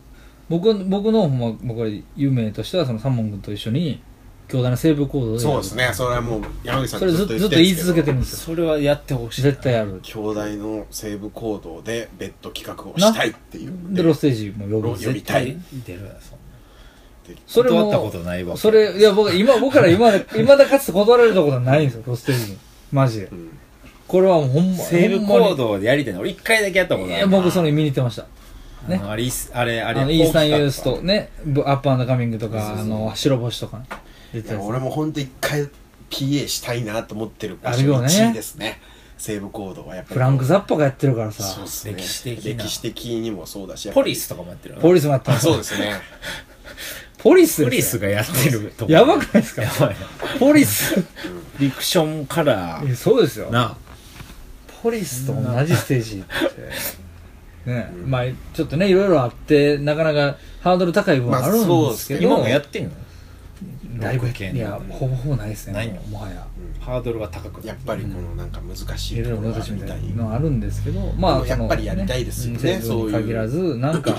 S2: 僕僕のまあ僕は有名としてはそのサモン君と一緒に兄弟の西部行動で
S4: そうですねそれはもう山口さん
S2: それずっとずっと言い続けてるんですよ
S3: それはやってほしい
S2: 絶対やる
S4: 兄弟の西部行動で別途企画をしたいっていう
S2: でロステージも呼ぶ
S4: ロ呼び
S3: 絶
S4: た
S3: 対
S4: い
S3: 出るわそんな
S2: それ
S3: 断ったこ
S2: も
S3: とないわ
S2: それいや僕今僕から今まだかつて断られたことはないんですよロステージにマジで
S4: うん
S2: これはもうほんま
S3: セーブ
S2: ほんま
S3: 行
S2: に
S3: 動でやりたいの俺一回だけやったこと
S2: い
S3: あ
S2: や
S3: る
S2: 僕それ見に行ってました
S3: あのあれいいっすあれあ
S2: あ
S3: れ
S2: のイースタンユ
S3: 大
S2: ー
S3: き
S2: ス
S3: かっ
S2: とねブアップアンドカミングとかあの白星とかね出
S4: い
S2: てた
S4: や
S2: やつ
S4: 俺も本当一回 PA したいなと思ってる場
S2: あるよ
S4: 所
S2: ね
S4: 1位ですね西部行動はやっぱり
S2: フランク・ザッパがやってるから
S4: そう
S2: さ
S4: っ、すね
S3: 歴史的な
S4: 歴史的にもそうだしやっぱ
S3: ポ
S4: り
S3: リスとかもやってるよな
S2: ポリスもやった
S4: あそうですね
S2: ポリス
S3: ポリ
S2: です
S3: ス
S2: よ
S3: がやってるとこ
S2: やばくないですか
S3: やばい
S2: ポリス。
S3: フィクションから
S2: えそうですよ。
S3: な
S2: ポリスと同じステージって。ね、
S4: うん
S2: まあちょっとねいろいろあってなかなかハードル高い部分はあるん
S4: まあそう
S2: で
S4: ですすけ
S2: け
S4: ど
S2: ど、
S3: 今もやってんの
S2: だいぶ
S3: ロック系の
S2: いやほぼほぼないですね
S3: ないの
S2: もはや
S3: ハードルが高くな
S4: や
S3: る
S4: っぱりこのなんか難し
S2: い
S4: いと
S2: ろい
S4: こ
S2: ろ
S4: ろがあ
S2: 私
S4: る
S2: み
S4: み
S2: た
S4: た
S2: い
S4: いに
S2: のあるんですけどまあ
S4: でもやっぱりやりたいですよね
S2: そのうん
S4: そう
S2: 制度に
S4: いう
S2: 限らずなんか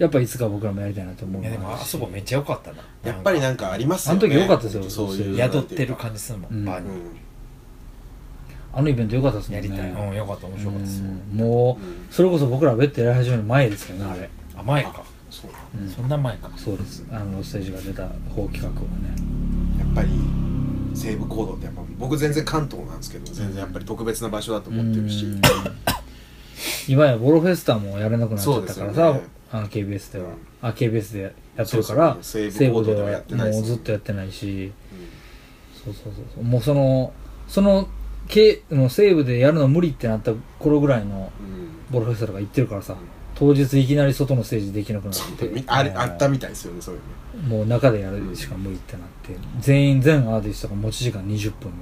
S2: やっぱいつか僕らもやりたいなと思う
S3: いやでもあそこめっちゃ良かったな
S4: やっぱりなんかありますよね
S2: あの時良かったですよ
S4: そういう
S3: 宿ってる感じするも
S2: うん
S3: んバー
S4: う
S3: に
S4: ん
S2: あのイベント良かったですも
S3: や
S2: んね
S3: りたいうん良かった面白かったです
S2: うんも
S4: うん
S2: うそれこそ僕らベッドやり始める前ですけどねあれ
S3: あ前か
S4: そう
S2: うん
S3: そんな前か
S2: そうですあのステージが出た方企画をね
S4: やっぱり西部行動ってやっぱ僕全然関東なんですけど全然やっぱり特別な場所だと思ってるし
S2: うん今やボロフェスタもやれなくなっちゃったから
S4: そうです
S2: さ、
S4: よね
S2: あの KBS では、
S4: うん
S2: あ KBS でやってるから
S4: そうです
S2: 西
S4: ね西
S2: 武
S4: 武
S2: で
S4: ではや
S2: は
S4: ってないです
S2: も
S4: ね
S2: うずっとやってないし
S4: うん
S2: そうそうそうそうもうそのその K の西武でやるの無理ってなった頃ぐらいの
S4: うん
S2: ボロフェスタとか行ってるからさ当日いきなり外のステージできなくなっ
S4: そう
S2: て
S4: みあれあったみたいですよねそういう
S2: もう中でやるしか無理ってなって全員全アーティストが持ち時間20分みたい
S4: の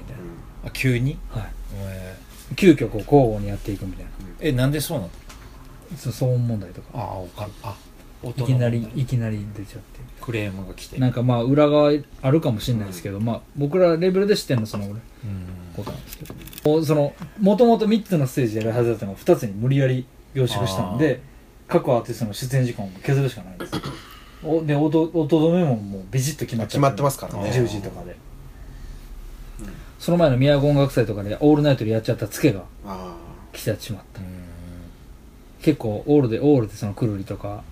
S3: あ急に
S2: な、はい、
S3: え
S2: 急遽こう交互にやっていくみたいな
S3: ーえなんでそうなの
S2: そ騒音問題とか
S3: ああおかんあ
S2: い
S3: 音
S2: き
S3: の
S2: なりいきなり出ちゃって
S3: クレームが来て
S2: なんかまあ裏側あるかもしれないですけど、まあ僕らレベルで知ってるのその俺
S3: うん
S2: ことなんですけどもうそのもともと3つのステージやるはずだったのを2つに無理やり凝縮したんで各アーティストの出演時間を削るしかないんですよおで音音止めももうビジッと決まっちゃう
S4: 決まってますからね
S2: 10時とかで、その前の宮古音楽祭とかでオールナイトでやっちゃったツケが
S4: うんあ
S2: 来ちゃってしまった
S3: うん
S2: 結構オールでオールでそのくるりとか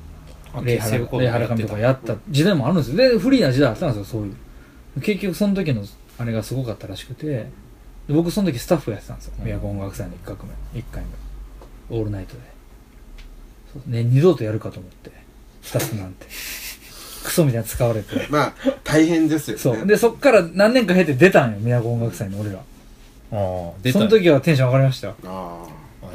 S3: あ
S2: レイハ
S3: 西武高校
S2: ラ
S3: やって
S2: カ
S3: た
S2: ミとかやった時代もあるんですよでフリーな時代あったんですよそういう結局その時のあれがすごかったらしくてで僕その時スタッフやってたんですよ
S3: うん
S2: 都音楽祭の一角目一回目オールナイトでそうね二度とやるかと思ってスタッフなんて クソみたいに使われて
S4: ーまあ大変ですよね
S2: そうでそっから何年か経って出たんよ都音楽祭に俺ら
S3: ああ出た
S2: その時はテンション上がりましたよ
S4: あ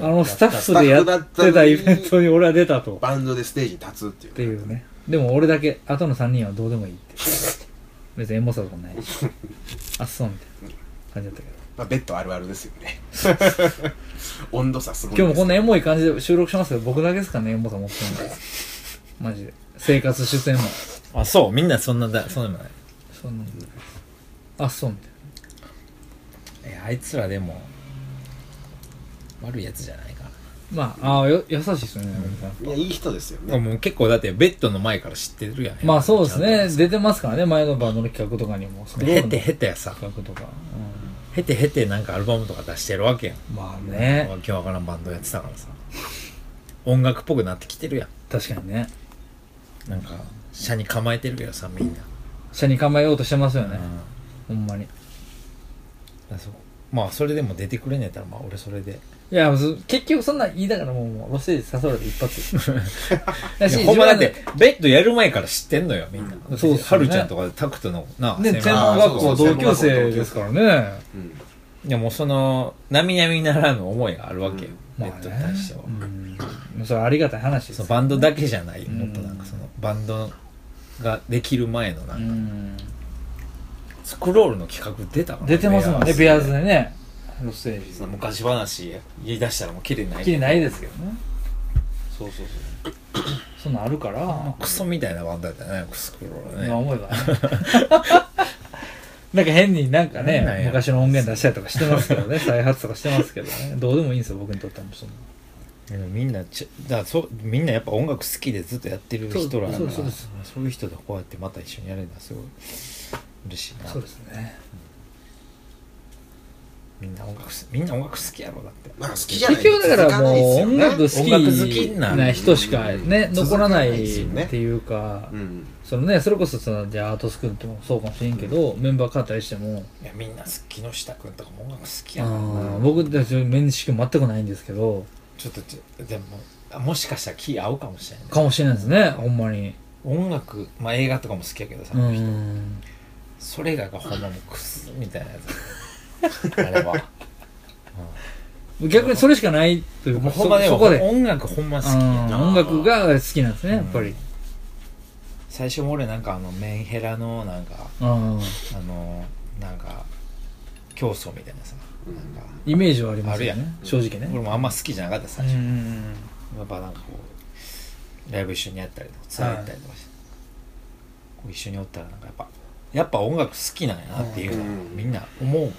S2: あのスタッフ
S4: た
S2: でやってたイベントに俺は出たと
S4: ーバンドでステージに立つっていう
S2: っていうねでも俺だけ後の3人はどうでもいいって別にエモさとかないしあっそうみたいな感じだったけど
S4: まあ、ベッドあるあるですよ ね温度差すごい
S2: 今日もこん
S4: な
S2: なエモい感じで収録しますけど僕だけですかねエモさ持ってるのマジで生活出演も
S3: あそうみんなそんなだそうでもない
S2: そんなもんあっそうみたい
S3: えあいつらでも悪いやつじゃないか
S2: なまああーよ優しいっすよね、
S4: いやいい人ですよ
S3: な
S4: ね
S3: もう結構だってベッドの前から知ってるやん
S2: まあそうですね出てますからね前のバンドの企画とかにもスクロール
S3: へ
S2: の
S3: てへてやさ
S2: 企画とか、
S3: へてへてなんかアルバムとか出してるわけやん
S2: うんまあね
S3: わけわからんバンドやってたからさ音楽っぽくなってきてるや
S2: 確かにね
S3: んなんか車に構えてるけどさみんな、
S2: 車に構えようとしてますよね、
S3: うん
S2: ほんまに
S3: あそうまあそれでも出てくれねえたらまあ俺それで
S2: いや、そ結局そんなん言いながらもう、もうロステージ誘われて一発。 だ
S3: い
S2: し
S3: やほんまだっ
S2: 自
S3: てベッドやる前から知ってんのよみんな、
S2: うんそうっすよね
S3: はるちゃんとかタクトのな
S2: 分のね、
S3: 先
S2: 専
S3: 輩
S2: 門学校同級生ですからね。
S4: うん
S3: いやもうその並々ならぬ思いがあるわけよ、
S2: まあ
S3: ベッドに
S2: ね
S3: 対しては、
S2: うん。それありがたい話です
S3: そ
S2: よ
S3: のバンドだけじゃないよ、
S2: うん
S3: もっとなんかそのバンドができる前のな
S2: うん
S3: か、
S2: ん。
S3: スクロールの企画出たかな
S2: 出てますもんね、
S3: ベ
S2: ベ
S3: ア
S2: ア
S3: ー
S2: ー
S3: ズ
S2: ズ
S3: で
S2: でね。ロステー
S3: その
S2: ジ。
S3: 昔話言い出したらもうキレない
S2: きりないですけどね。
S3: そうそうそ
S2: そんなんあるから、ま
S3: うクソみたいなバンドやったよねスクロールは
S2: あ
S3: ね
S2: 思えばね。 なんか変になんか
S3: なんなん
S2: ね、
S3: や
S2: 昔の音源出したりとかしてますけどね、再発とかしてますけどね。どうでもいいんですよ、僕にとってはもうそんな。
S3: でもみんなちだからそうみんなやっぱ音楽好きでずっとやってる人らだ
S2: そう
S3: から
S2: そ
S3: そうう
S2: です
S3: いう人とこうやってまた一緒にやれるのはすごい嬉しいな
S2: そうですね。
S3: みんな音楽すみんな音楽好きやろだって
S4: まあ好きじゃない
S2: 結局だからもう音楽好
S3: 音楽好き
S2: き
S3: な
S2: な人しかね
S4: うん
S2: 残らないっ
S4: 続かないですよね
S2: ていうか
S4: うん
S2: そのねそれこそそのじゃあアートスクールとかもそうかもしれんけどメンバー変わったりしても
S3: いやみんな好き木下君とかも音楽好きやろ
S2: あー僕たち面識全くないんですけど
S3: ちょっとちょでもあもしかしたら気合うかもしれない
S2: かもしれないですねほんまに
S3: 音楽まあ映画とかも好きやけどさ、
S2: う
S3: あの人
S2: ん
S3: それ以外がほんまもうクスみたいなやつあれは
S2: 逆にそれしかないという
S3: もう
S2: か
S3: ほんまね
S2: そそこで
S3: 音楽ほんま好き
S2: う
S3: や
S2: ん
S3: な
S2: 音楽が好きなんですねやっぱり
S3: 最初も俺なんかあのメンヘラのなんか
S2: うん
S3: あのなんか競争みたいなさなんか
S2: イメージはありますよ
S3: ある
S2: ね正直ね
S3: 俺もあんま好きじゃなかった
S2: う
S3: 最初、
S2: ん
S3: やっぱなんかこうライブ一緒にやったりとかツアー行ったりとかして、こう一緒におったらなんかやっぱやっぱ音楽好きなんやなっていうのは
S4: うん
S3: みんな思うもんな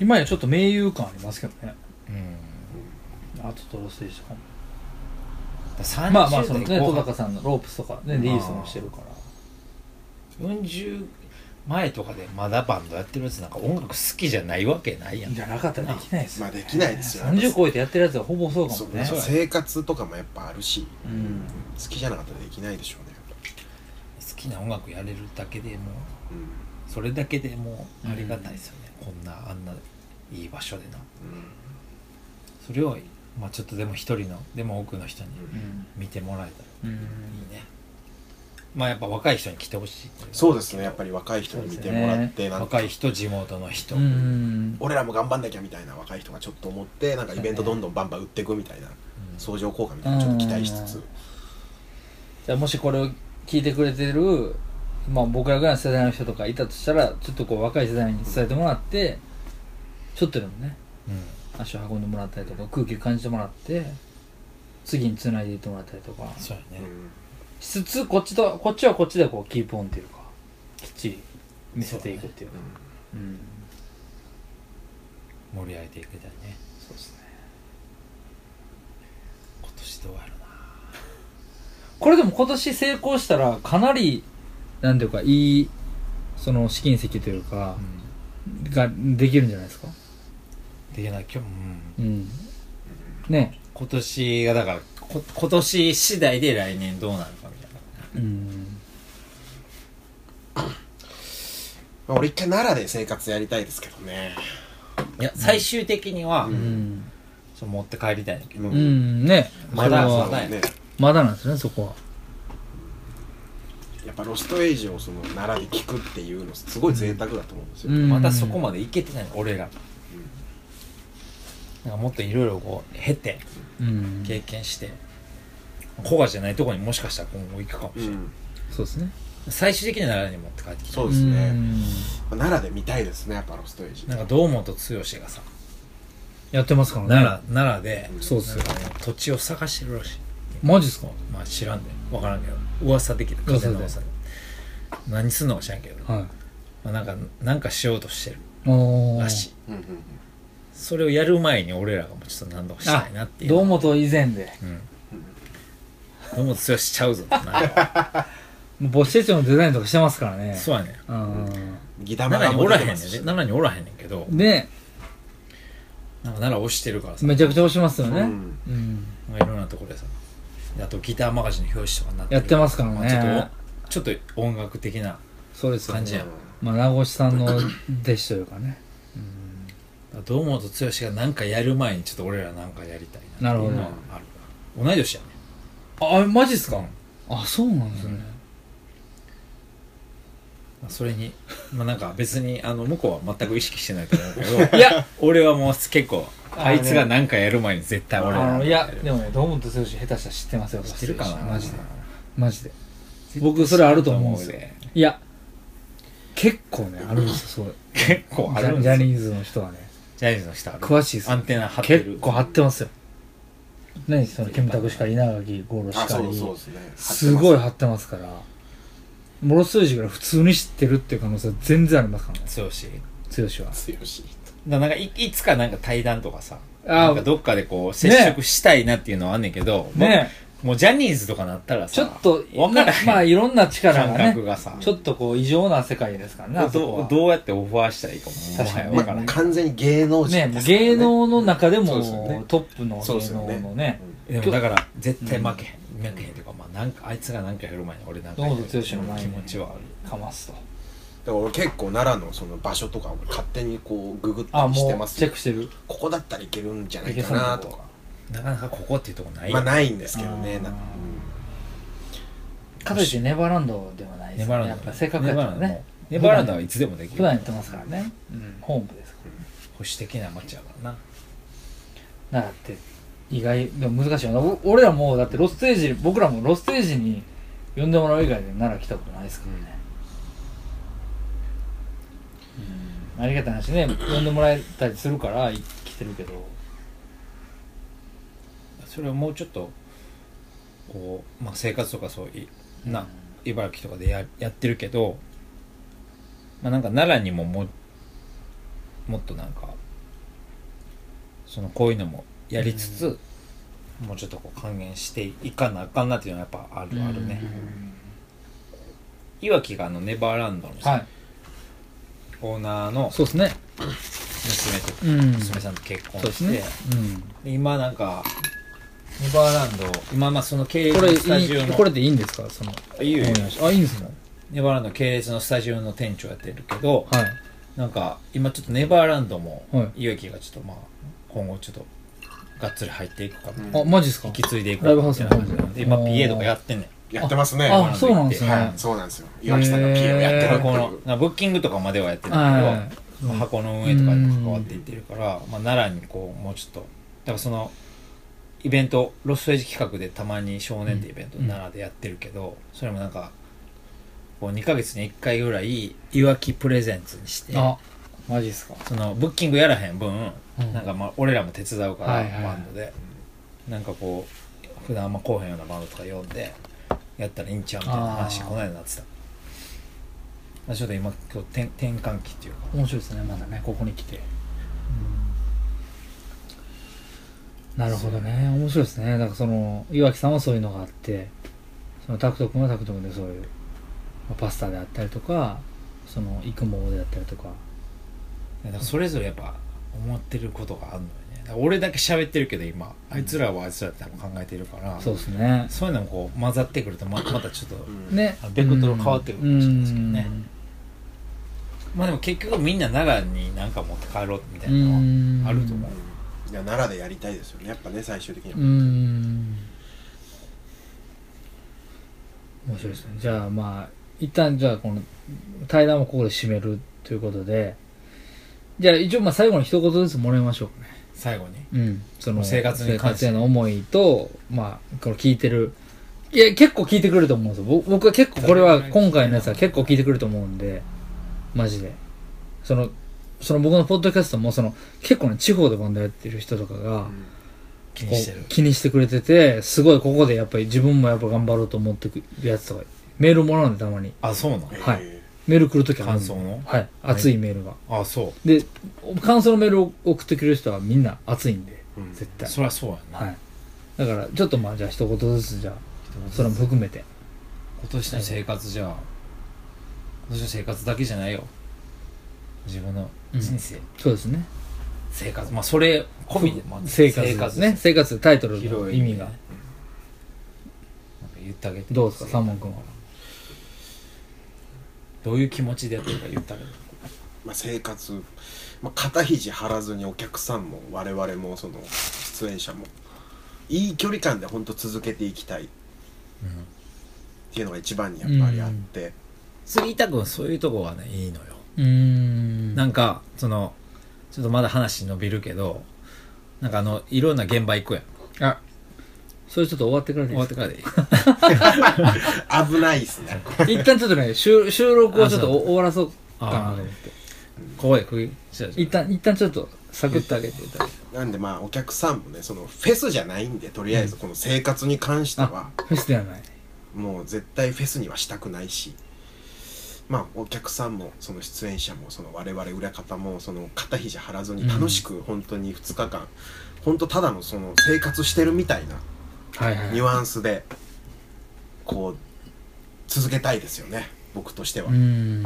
S2: 今やちょっと名優感ありますけどね
S3: うん
S2: あとトロステージとかも
S3: だから
S2: まあまあその
S3: 30
S2: ね
S3: 代後
S2: 戸
S3: 半
S2: 高さんのロープスとかねリリースもしてるから
S3: 40前とかでまだバンドやってるやつなんか音楽好きじゃないわけないやん
S2: じゃなかったらできないです
S4: ま
S2: よ
S4: あできないですよ
S2: 30超えてやってるやつはほぼそうか
S4: そ
S2: も
S4: う
S2: ね
S4: ね生活とかもやっぱあるし、
S2: うん
S4: 好きじゃなかったらできないでしょうね、
S3: 好きな音楽やれるだけでもう
S4: うん
S3: それだけでもうありがたいですよね、こんなあんないい場所でなそれを、まあ、ちょっとでも一人のでも多くの人に
S2: うん
S3: 見てもらえたら
S2: うん
S3: いいねまあやっぱ若い人に来てほしいっていのが
S4: そうですねやっぱり若い人に見てもらって、なんか
S3: 若い人地元の人、
S2: うん
S4: 俺らも頑張んなきゃみたいな若い人がちょっと思ってなんかイベントどんどんバンバン売っていくみたいな相乗効果みたいなのちょっと期待しつつ
S2: じゃあもしこれを聞いてくれてる、まあ、僕らぐらいの世代の人とかいたとしたらちょっとこう若い世代に伝えてもらってちょっとでもね
S3: うん
S2: 足を運んでもらったりとか空気を感じてもらって次につないでいってもらったりとか
S3: そうや
S4: う
S3: ね、
S4: ん
S2: しつつこっちとこっちはこっちでこうキープオンっていうかきっちり見せていくっていうかうん
S3: 盛り上げていけたらね
S2: そうですね
S3: 今年どうやろ
S2: これでも今年成功したらかなりなんていうかいいその試金石というか
S3: うな、、
S2: ができるんじゃないですか
S3: できない今日、うん
S2: うんね
S3: 今年がだからこ今年次第で来年どうなるかみたいな
S2: うん
S4: まあ、俺一回奈良で生活やりたいですけどね
S3: いや最終的には、
S2: うん、
S3: そう持って帰りたいんだけど、
S4: う
S2: うん、ね
S3: まだ
S2: それは
S3: まだや
S4: ね
S2: まだなんですねそこは
S4: やっぱロストエイジをその奈良で聞くっていうのすごい贅沢だと思うんですよ、
S3: まだそこまでいけてないの俺ら、なんかもっといろいろこう経て
S2: うん
S3: 経験して古賀じゃないところにもしかしたら今後行くかもし
S4: う
S3: れない、
S4: ん
S2: そうですね
S3: 最終的には奈良に持って帰ってきた
S4: そうですね
S2: ん
S4: まあ奈良で見たいですねやっぱロストエイジ
S3: なんか堂本剛がさ
S2: やってますからね
S3: 奈良奈良で
S2: そうっす
S3: なんかね土地を探してるらしい
S2: マジっすか
S3: まあ知らんで分からんけど噂できた風の噂で何すんのか知らんけど、
S2: はい
S3: まあ、なんかなんかしようとしてる
S2: お
S3: らしい
S4: うんうんうん
S3: それをやる前に俺らがもうちょっと何度かしたいなっていう
S2: 堂本以前で
S3: うん堂本剛しちゃう ぞってなる
S2: もう母子手帳のデザインとかしてますからね
S3: そうやね
S2: うん
S4: ギター
S3: 奈良におらへんねんで
S4: し
S3: 奈良におらへんねんけど
S2: ね
S3: なんか奈良推してるからさ
S2: めちゃくちゃ押しますよね
S4: う
S2: うん
S4: ん、
S3: なんかいろんなところでさあとギターマガジンの表紙とかになってる
S2: やってますからね
S3: まあちょっとおちょっと音楽的な
S2: そうですよ
S3: 感じやん
S2: まあ名越さん の弟子というかね
S3: 堂本剛が何かやる前にちょっと俺ら何かやりたいなっていうのはある同い年やね
S2: あマジっす
S3: うん
S2: かあそうなんですね
S3: まあそれにまあなんか別にあの向こうは全く意識してないと思うけ ど
S2: いや
S3: 俺はもう結構
S2: あ
S3: あいつが何かやる前に絶対俺ら
S2: あ
S3: なん
S2: の
S3: か
S2: い
S3: や
S2: や
S3: る
S2: でもね堂本剛下手したら知ってますよ
S3: 知ってるかな
S2: マジでマジで僕それあると思うんですよ
S3: ね
S2: いや結構ねあるんですよそう
S3: 結構あ
S2: ジ
S3: る
S2: ャ
S3: んです
S2: ジ
S3: よ
S2: ャニーズの人はね
S3: ジャニーズの人ある
S2: 詳しいです
S3: アンテナ張ってる
S2: 結構張ってますよ何そのキムタクしかり稲垣吾郎し
S4: あ
S2: か
S4: そうそう
S2: り
S4: ですね
S2: すごい張ってますからもの数字から普通に知ってるっていう可能性は全然ありますからね
S3: 強し
S2: 剛は
S4: 強し
S3: ななんかいいつかなんか対談とかさな
S2: あ
S3: んかどっかでこう接触したいなっていうのはあんねんけど、
S2: ね
S3: もうもうジャニーズとかなったらさ
S2: ちょっと
S3: 分からへん、
S2: まあいろんな力
S3: 感
S2: がね
S3: 覚がさ
S2: ちょっとこう異常な世界ですからねあそこ
S3: ど
S2: は
S3: うどうやってオファーしたらいいかも
S2: 確かに
S3: もはや
S4: ま
S3: 分
S4: あ
S3: からへん
S4: 完全に芸能人
S2: ね
S4: ですから
S2: 芸能の中で
S4: そ
S2: も
S4: うですよね
S2: トップの芸
S4: そうですよね
S2: 能のね
S3: でもだから絶対負けへん、負けへんというか、まあ、なんかあいつがなんかやる前に俺なんかやる
S2: 堂本剛の前に
S3: 気持ちはある
S2: かますと
S4: だから俺結構奈良のその場所とかを勝手にこうググった
S2: あ
S4: りして
S2: も
S4: ま
S2: う
S4: す
S2: チェ
S4: よ
S2: ックしてる
S4: ここだったらいけるんじゃない
S2: い
S4: かなと
S2: けそうなと
S4: か
S2: こ
S3: なかなかここっていうとこない
S4: ま
S3: よ、
S4: あないんですけど
S2: あ
S4: ね
S2: ー
S4: なうん
S2: かといってネバーランドではないで
S3: ネ
S2: す
S3: バ
S2: よ
S3: ー
S2: ね
S3: ランド
S2: やっぱせっかくやったらね
S3: ネバーランドもネバーランドはいつでもできる
S2: 普段やってますからね、ホームですからね
S3: 普保守的な街やからな
S2: だって意外でも難しいよなお俺らもうだってロステージ僕らもロステージに呼んでもらう以外で奈良来たことないですからね、うん、ありがたい話ね呼んでもらえたりするからい来てるけど
S3: それをもうちょっとこう、まあ、生活とかそういな
S2: う
S3: 茨城とかでややってるけど、まあ、なんか奈良にもももっとなんかそのこういうのもやりつつ、もうちょっとこう還元していかなあかんなっていうのはやっぱある、
S2: ん
S3: あるね
S2: うん
S3: いわきがあのネバーランドのさ、
S2: はい
S3: オーナーの
S2: そうですね
S3: 娘と
S2: うんそ
S3: 娘さんと結婚
S2: うで
S3: して、
S2: すね、うん
S3: で今なんかネバーランド今まあその系列
S2: これ
S3: の
S2: い
S3: スタジオ
S2: い
S3: の
S2: これでいいんですかその
S3: いいよいいよ
S2: あいいんですね
S3: ネバーランドの系列のスタジオの店長やってるけど、
S2: はい
S3: なんか今ちょっとネバーランドも
S2: は
S3: 勇気がちょっとまあ今後ちょっとがっつり入っていくか
S4: うん
S2: あマジですか
S3: 引き継いでいく
S2: ライブハウスの
S3: 感じなん
S2: 感じ
S3: で今 PA とかやってんねん
S4: やってますね
S2: あそうなんですね、
S4: はいそうなんですよ岩木さんが PA をやってるって
S3: こ
S4: い
S3: の
S4: う
S3: なブッキングとかまではやってるけど、
S2: はい
S3: まあ箱の運営とかにも関わっていってるから、まあ、奈良にこうもうちょっとだからそのイベントロストエイジ企画でたまに少年ってイベント
S2: うん
S3: 奈良でやってるけど、それもなんかこう2ヶ月に1回ぐらいいわきプレゼンツにして
S2: あマジですか
S3: そのブッキングやらへん分、
S2: うん
S3: なんかまあ俺らも手伝うから、
S2: はいはい
S3: バンドでなんかこう普段あんまこうへんようなバンドとか読んでやったらいいんちゃうみたいな話
S2: あー
S3: この間なってたまあちょっと今今日転転換期っていうか
S2: 面白いですねまだねここに来て、なるほどね面白いですねだからその岩木さんはそういうのがあってそのタクト君はタクト君でそういうまあパスタであったりとかその育毛であったりとか
S3: だからそれぞれやっぱ思ってることがあるのよねだから俺だけ喋ってるけど今あいつらはあいつらって多分考えてるから、
S2: そうですね
S3: そういうのもこう混ざってくるとままたちょっと、
S4: うん
S2: ね
S3: あベクトル変わってくるかもしれないですけどね
S2: うん
S3: まあでも結局みんな奈良に何か持って帰ろうみたいなのは
S2: うん
S3: あると思う
S4: いや奈良でやりたいですよねやっぱね最終的には
S2: うん面白いですねじゃあまあ一旦じゃあこの対談をここで締めるということでじゃあ一応まあ最後に一言ずつもらいましょうかね
S3: 最後に
S2: うんその
S3: 生活に関して
S2: 生への思いとまあこの聞いてるいや結構聞いてくれると思うんですよぼ僕は結構これは今回のやつは結構聞いてくると思うんでマジでそのその僕のポッドキャストもその結構ね地方でバンドやってる人とかが、
S4: うん
S3: 気にしてる
S2: こう気にしてくれててすごいここでやっぱり自分もやっぱ頑張ろうと思ってくるやつとかメールもらうんでたまに
S3: あそうなの
S4: えー
S2: はいメール来るときは
S3: 感想の
S2: はい熱いメールが、
S3: あそ
S2: で感想のメールを送ってくれる人はみんな熱いんで
S4: うん
S2: 絶
S3: う
S2: 対
S3: そりゃそうやな、
S2: はいだからちょっとまあじゃあ一言ずつじゃあそれも含めて
S3: 今年の生活じゃ今年の生活だけじゃないよ自分の人生、
S2: そうですね
S3: 生活まあそれ込みで、まあ、
S2: 生活ですね生活タイトルの
S3: 広い
S2: 意味が
S3: なんか言ってあげて
S2: どうですか三門君は
S3: どういう気持ちでやってるか言ってあげて
S4: まあ、生活、まあ、肩肘張らずにお客さんも我々もその出演者もいい距離感で本当続けていきたいっていうのが一番にやっぱりあって、
S3: 杉田君そういうとこがねいいのよ
S2: うーん
S3: なんかそのちょっとまだ話伸びるけどなんかあのいろんな現場行くやん
S2: あそれちょっと終わってからでい
S3: 終
S2: い
S3: わ
S2: で
S3: っ
S2: す
S3: て
S2: か
S3: からでいい
S4: 危ないですね
S2: 一旦ちょっとね収収録をちょっとお終わらそうかなと思って
S3: ここで区切り
S2: 一旦一旦ちょっとサクッとあげて
S4: なんでまあお客さんもねそのフェスじゃないんでとりあえずこの生活に関しては
S2: フェスではない
S4: もう絶対フェスにはしたくないしまあお客さんもその出演者もその我々裏方もその肩肘張らずに楽しく本当に2日間、本当ただのその生活してるみたいな
S2: はいは
S4: ニュアンスでこう続けたいですよね僕としては、
S2: うん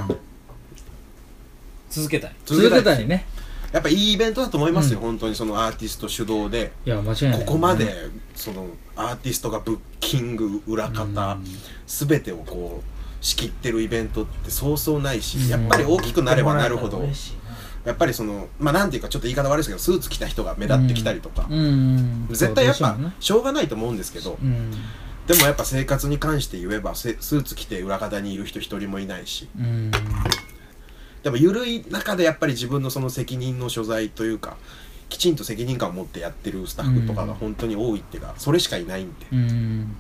S3: 続けたい
S2: 続けた
S4: です
S2: いね
S4: やっぱいいイベントだと思いますよ、本当にそのアーティスト主導で
S2: いや間違いない
S4: ここまでそのアーティストがブッキング裏方全てをこう仕切ってるイベントってそうそうないしやっぱり大きくなればなるほどやっぱりそのまあなんていうかちょっと言い方悪いですけどスーツ着た人が目立ってきたりとか
S2: うん
S4: 絶対やっぱ
S2: そうどう
S4: しょうがないと思うんですけ
S2: し
S4: ど
S2: てもね
S4: でもやっぱ生活に関して言えばせスーツ着て裏方にいる人一人もいないし
S2: うんうん
S4: でも緩い中でやっぱり自分のその責任の所在というかきちんと責任感を持ってやってるスタッフとかが本当に多いっていうか、それしかいないんで、
S3: うん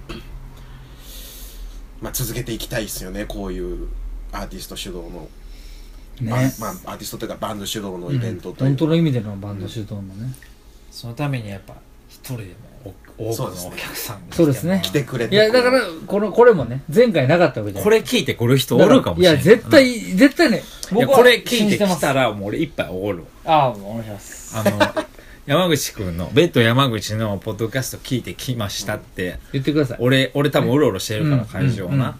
S4: まあ、続けていきたいですよねこういうアーティスト主導の、
S3: ね
S4: まあまあ、アーティストというかバンド主導の
S3: うん
S4: イベントという
S2: 本当の意味でのバンド主導のね、
S3: そのためにやっぱ一人でもお多
S4: そう
S3: く
S4: です
S3: の
S4: ね
S3: お客さんが
S2: そうですね
S4: 来てくれて
S2: いやだからこのこれもね前回なかったわけじゃない
S3: これ聞いてくる人おるかもしれない
S2: や絶対、絶対ね
S3: いや
S2: 僕は
S3: これ聞
S2: 信
S3: い
S2: じて
S3: て
S2: ま
S3: き
S2: す
S3: たらもう俺一杯おご るわ
S5: ああ、お願いします。
S3: あの山口くんのベッド山口のポッドキャスト聞いてきましたって
S2: 言ってください
S3: 俺俺多分うろうろしてるか
S2: う
S3: ら
S2: ん
S3: 会場をな、
S2: うんうん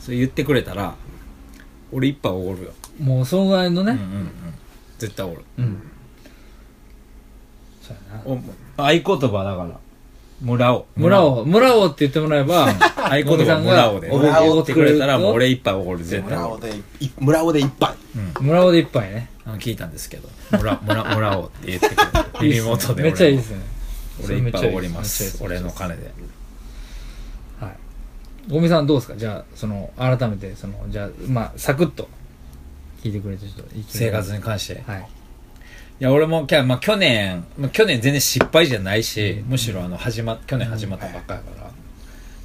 S3: それ言ってくれたら俺一杯おごるよ、
S2: もうそのぐらいの
S3: うんう
S2: ね
S3: んうん、絶対おごる
S2: うん、そうやな
S3: お合言葉だから村を
S2: 村を村をって言ってもらえば
S3: 合言葉村をで
S2: お
S4: ご
S3: 村
S4: お
S3: を
S2: ご
S3: 言
S2: っ
S3: ってて
S2: く
S3: く
S2: れる
S3: れ
S2: と
S3: たらもう俺一杯おごる絶対
S4: 村尾でい村尾で一杯
S2: 村尾で一杯ね
S3: うん聞いたんですけど村村村をって言ってくれるリモートで
S2: めっちゃ いい
S3: 俺
S2: ですね
S3: も俺一杯おごりま
S2: めっちゃいいですす
S3: 俺の金で
S2: はいゴミさんどうですかじゃあその改めてそのじゃあまあサクッと聞いてくれてる人
S3: 生活
S2: に
S3: に関して
S2: はい
S3: いや、俺も、きゃまあ、去年、まあ、去年全然失敗じゃないし、むしろ、あの、始ま、去年始まったばっかやから、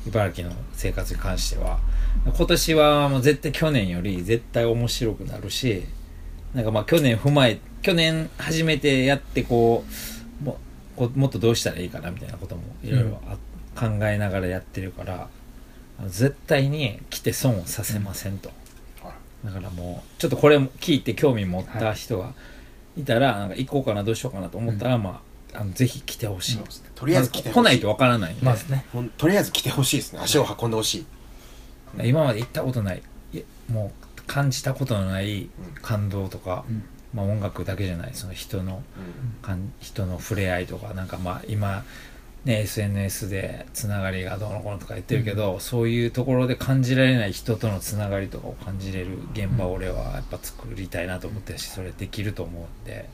S3: 茨城の生活に関しては、今年はもう絶対去年より絶対面白くなるし、なんかまあ、去年踏まえ、去年初めてやって、こう、もこうもっとどうしたらいいかな、みたいなことも、いろいろあ考えながらやってるから、あの絶対に来て損をさせませんと。だからもうちょっとこれも聞いて興味持った人がいたらなんか行こうかなどうしようかなと思ったら、まああのぜひ来てほしい、
S4: とりあえず来て
S3: ま
S4: ほ
S3: 来な
S4: し
S3: い
S4: い
S3: とわからないんで、
S2: まあですね
S4: ほんとりあえず来てほしいですね足を運んでほしい
S3: 今まで行ったことないいやもう感じたことのない感動とか、
S2: うん
S3: まあ、音楽だけじゃないその人の感人の触れ合いとかなんかまあ今ね SNS でつながりがどうのこうのとか言ってるけど、そういうところで感じられない人とのつながりとかを感じれる現場を俺はやっぱ作りたいなと思ってるしそれできると思うんで、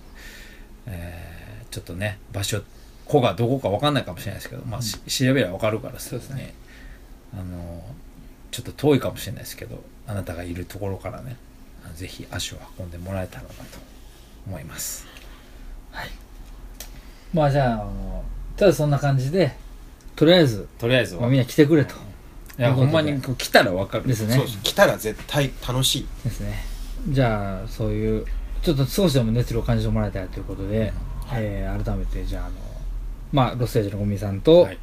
S3: えーちょっとね場所子がどこか分かんないかもしれないですけど、まあ、し調べれば分かるからそうですねあのちょっと遠いかもしれないですけどあなたがいるところからねあのぜひ足を運んでもらえたらなと思います。
S2: まあじゃああのただそんな感じでとりあえず
S3: とりあえずは
S2: まあみんな来てくれと
S3: いや、ほんまにこう来たらわかる。
S2: ですね
S4: そうです来たら絶対楽しい
S2: ですねじゃあそういうちょっと少しでも熱量を感じてもらいたいということで、えー改めてじゃああのまあロステージのゴミさんと、
S3: はい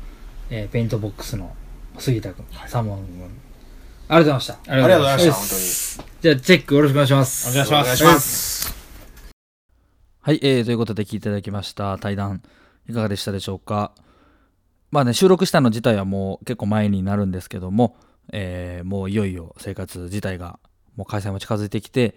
S2: えーペイントボックスの杉田君、サモン君ありがとうございました
S3: あ
S4: あ
S3: り
S4: り
S3: が
S4: が
S3: と
S4: とう
S3: うご
S4: ご
S3: ざい
S4: ざ
S3: ま
S4: いまし
S3: す。
S4: た本当に
S2: じゃあチェックよろしくお願いします
S3: お願いします
S4: す
S1: はい、えーということで聞いていただきました対談いかがでしたでしょうかまあね収録したの自体はもう結構前になるんですけども、えーもういよいよ生活自体がもう開催も近づいてきて、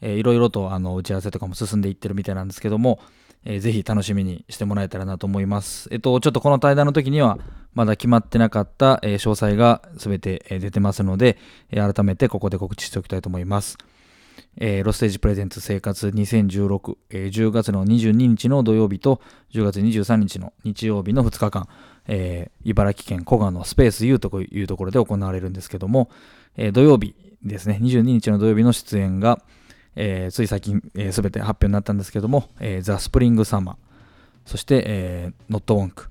S1: えーいろいろとあの打ち合わせとかも進んでいってるみたいなんですけども、えーぜひ楽しみにしてもらえたらなと思いますえっとちょっとこの対談の時にはまだ決まってなかった、えー詳細が全てえー出てますので、えー改めてここで告知しておきたいと思いますえーロステージプレゼンツ生活2016、えー10月の22日の土曜日と10月23日の日曜日の2日間、えー茨城県古河のスペース U というところで行われるんですけども、えー土曜日ですね22日の土曜日の出演が、えーつい最近、えー、全て発表になったんですけども、えーザ・スプリング・サマーそして、えーノット・ウォンク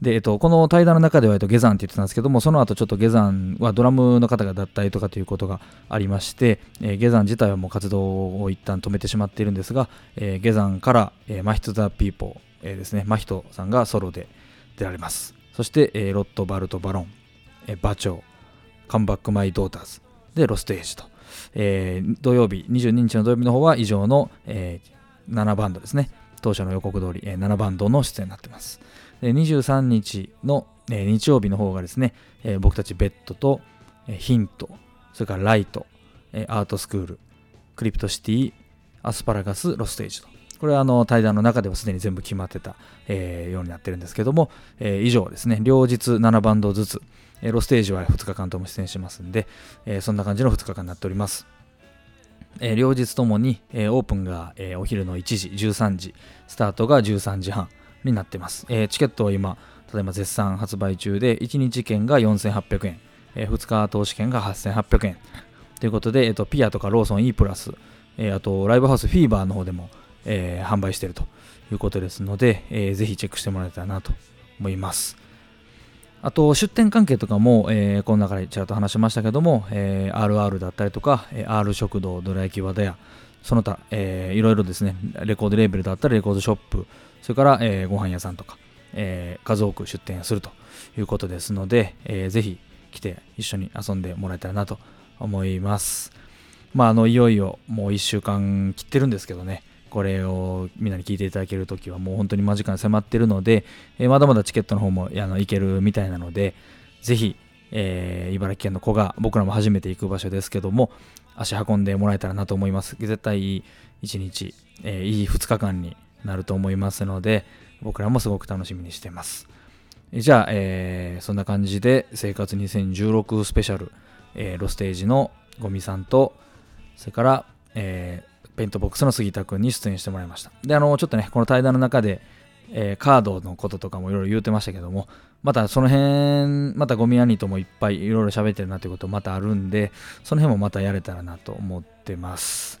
S1: で、えっと、この対談の中では、えっと、下山って言ってたんですけども、その後ちょっと下山はドラムの方が脱退とかということがありまして、えー下山自体はもう活動を一旦止めてしまっているんですが、えー下山から、えーマヒト・ザ・ピーポー、えーですね、マヒトさんがソロで出られます。そして、えーロット・バルト・バロン、えーバチョウ、カムバック・マイ・ドーターズ、で、ロスト・エイジと。えー土曜日、22日の土曜日の方は以上の、えー7バンドですね。当社の予告通り、えー7バンドの出演になってます。で23日の、えー日曜日の方がですね、えー僕たちベッドと、えーヒント、それからライト、えーアートスクール、クリプトシティ、アスパラガス、ロステージと。これはあの対談の中ではすでに全部決まってた、えーようになってるんですけども、えー以上ですね、両日7バンドずつ、えーロステージは2日間とも出演しますんで、えーそんな感じの2日間になっております。えー両日ともに、えーオープンが、えーお昼の1時、13時、スタートが13時半、になってます。えーチケットは今、ただいま絶賛発売中で、1日券が4800円、え2日投資券が8800円。ということで、えっとピアとかローソン E プラス、えーあとライブハウスフィーバーの方でも、えー販売しているということですので、えーぜひチェックしてもらえたらなと思いますあと出店関係とかも、えーこの中でちらっと話しましたけども、えー RR だったりとか、えー R 食堂どら焼き和田屋その他、えーいろいろですねレコードレーベルだったりレコードショップそれから、えーご飯屋さんとか、えー数多く出店するということですので、えーぜひ来て一緒に遊んでもらえたらなと思います。まあ、あのいよいよもう1週間切ってるんですけどねこれをみんなに聞いていただけるときはもう本当に間近に迫ってるので、えーまだまだチケットの方もあのいけるみたいなのでぜひ、えー茨城県の子が僕らも初めて行く場所ですけども足運んでもらえたらなと思います絶対いい1日、えーいい2日間になると思いますので僕らもすごく楽しみにしてますえーじゃあ、えーそんな感じで「生活2016スペシャル」えーロステージのゴミさんとそれから、えーペイントボックスの杉田君に出演してもらいました。で、あの、ちょっとね、この対談の中で、えーカードのこととかもいろいろ言うてましたけども、またその辺、またゴミ兄ともいっぱいいろいろ喋ってるなということまたあるんで、その辺もまたやれたらなと思ってます。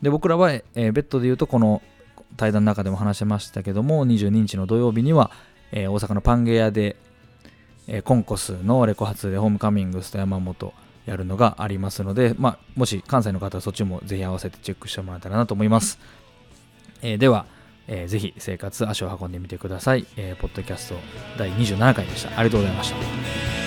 S1: で、僕らは、えーベッドで言うと、この対談の中でも話してましたけども、22日の土曜日には、えー大阪のパンゲ屋で、えーコンコスのレコ発でホームカミングスと山本、やるのがありますので、まあ、もし関西の方はそっちもぜひ合わせてチェックしてもらえたらなと思います。えーでは、えーぜひ生活足を運んでみてください。えーポッドキャスト第27回でした。ありがとうございました。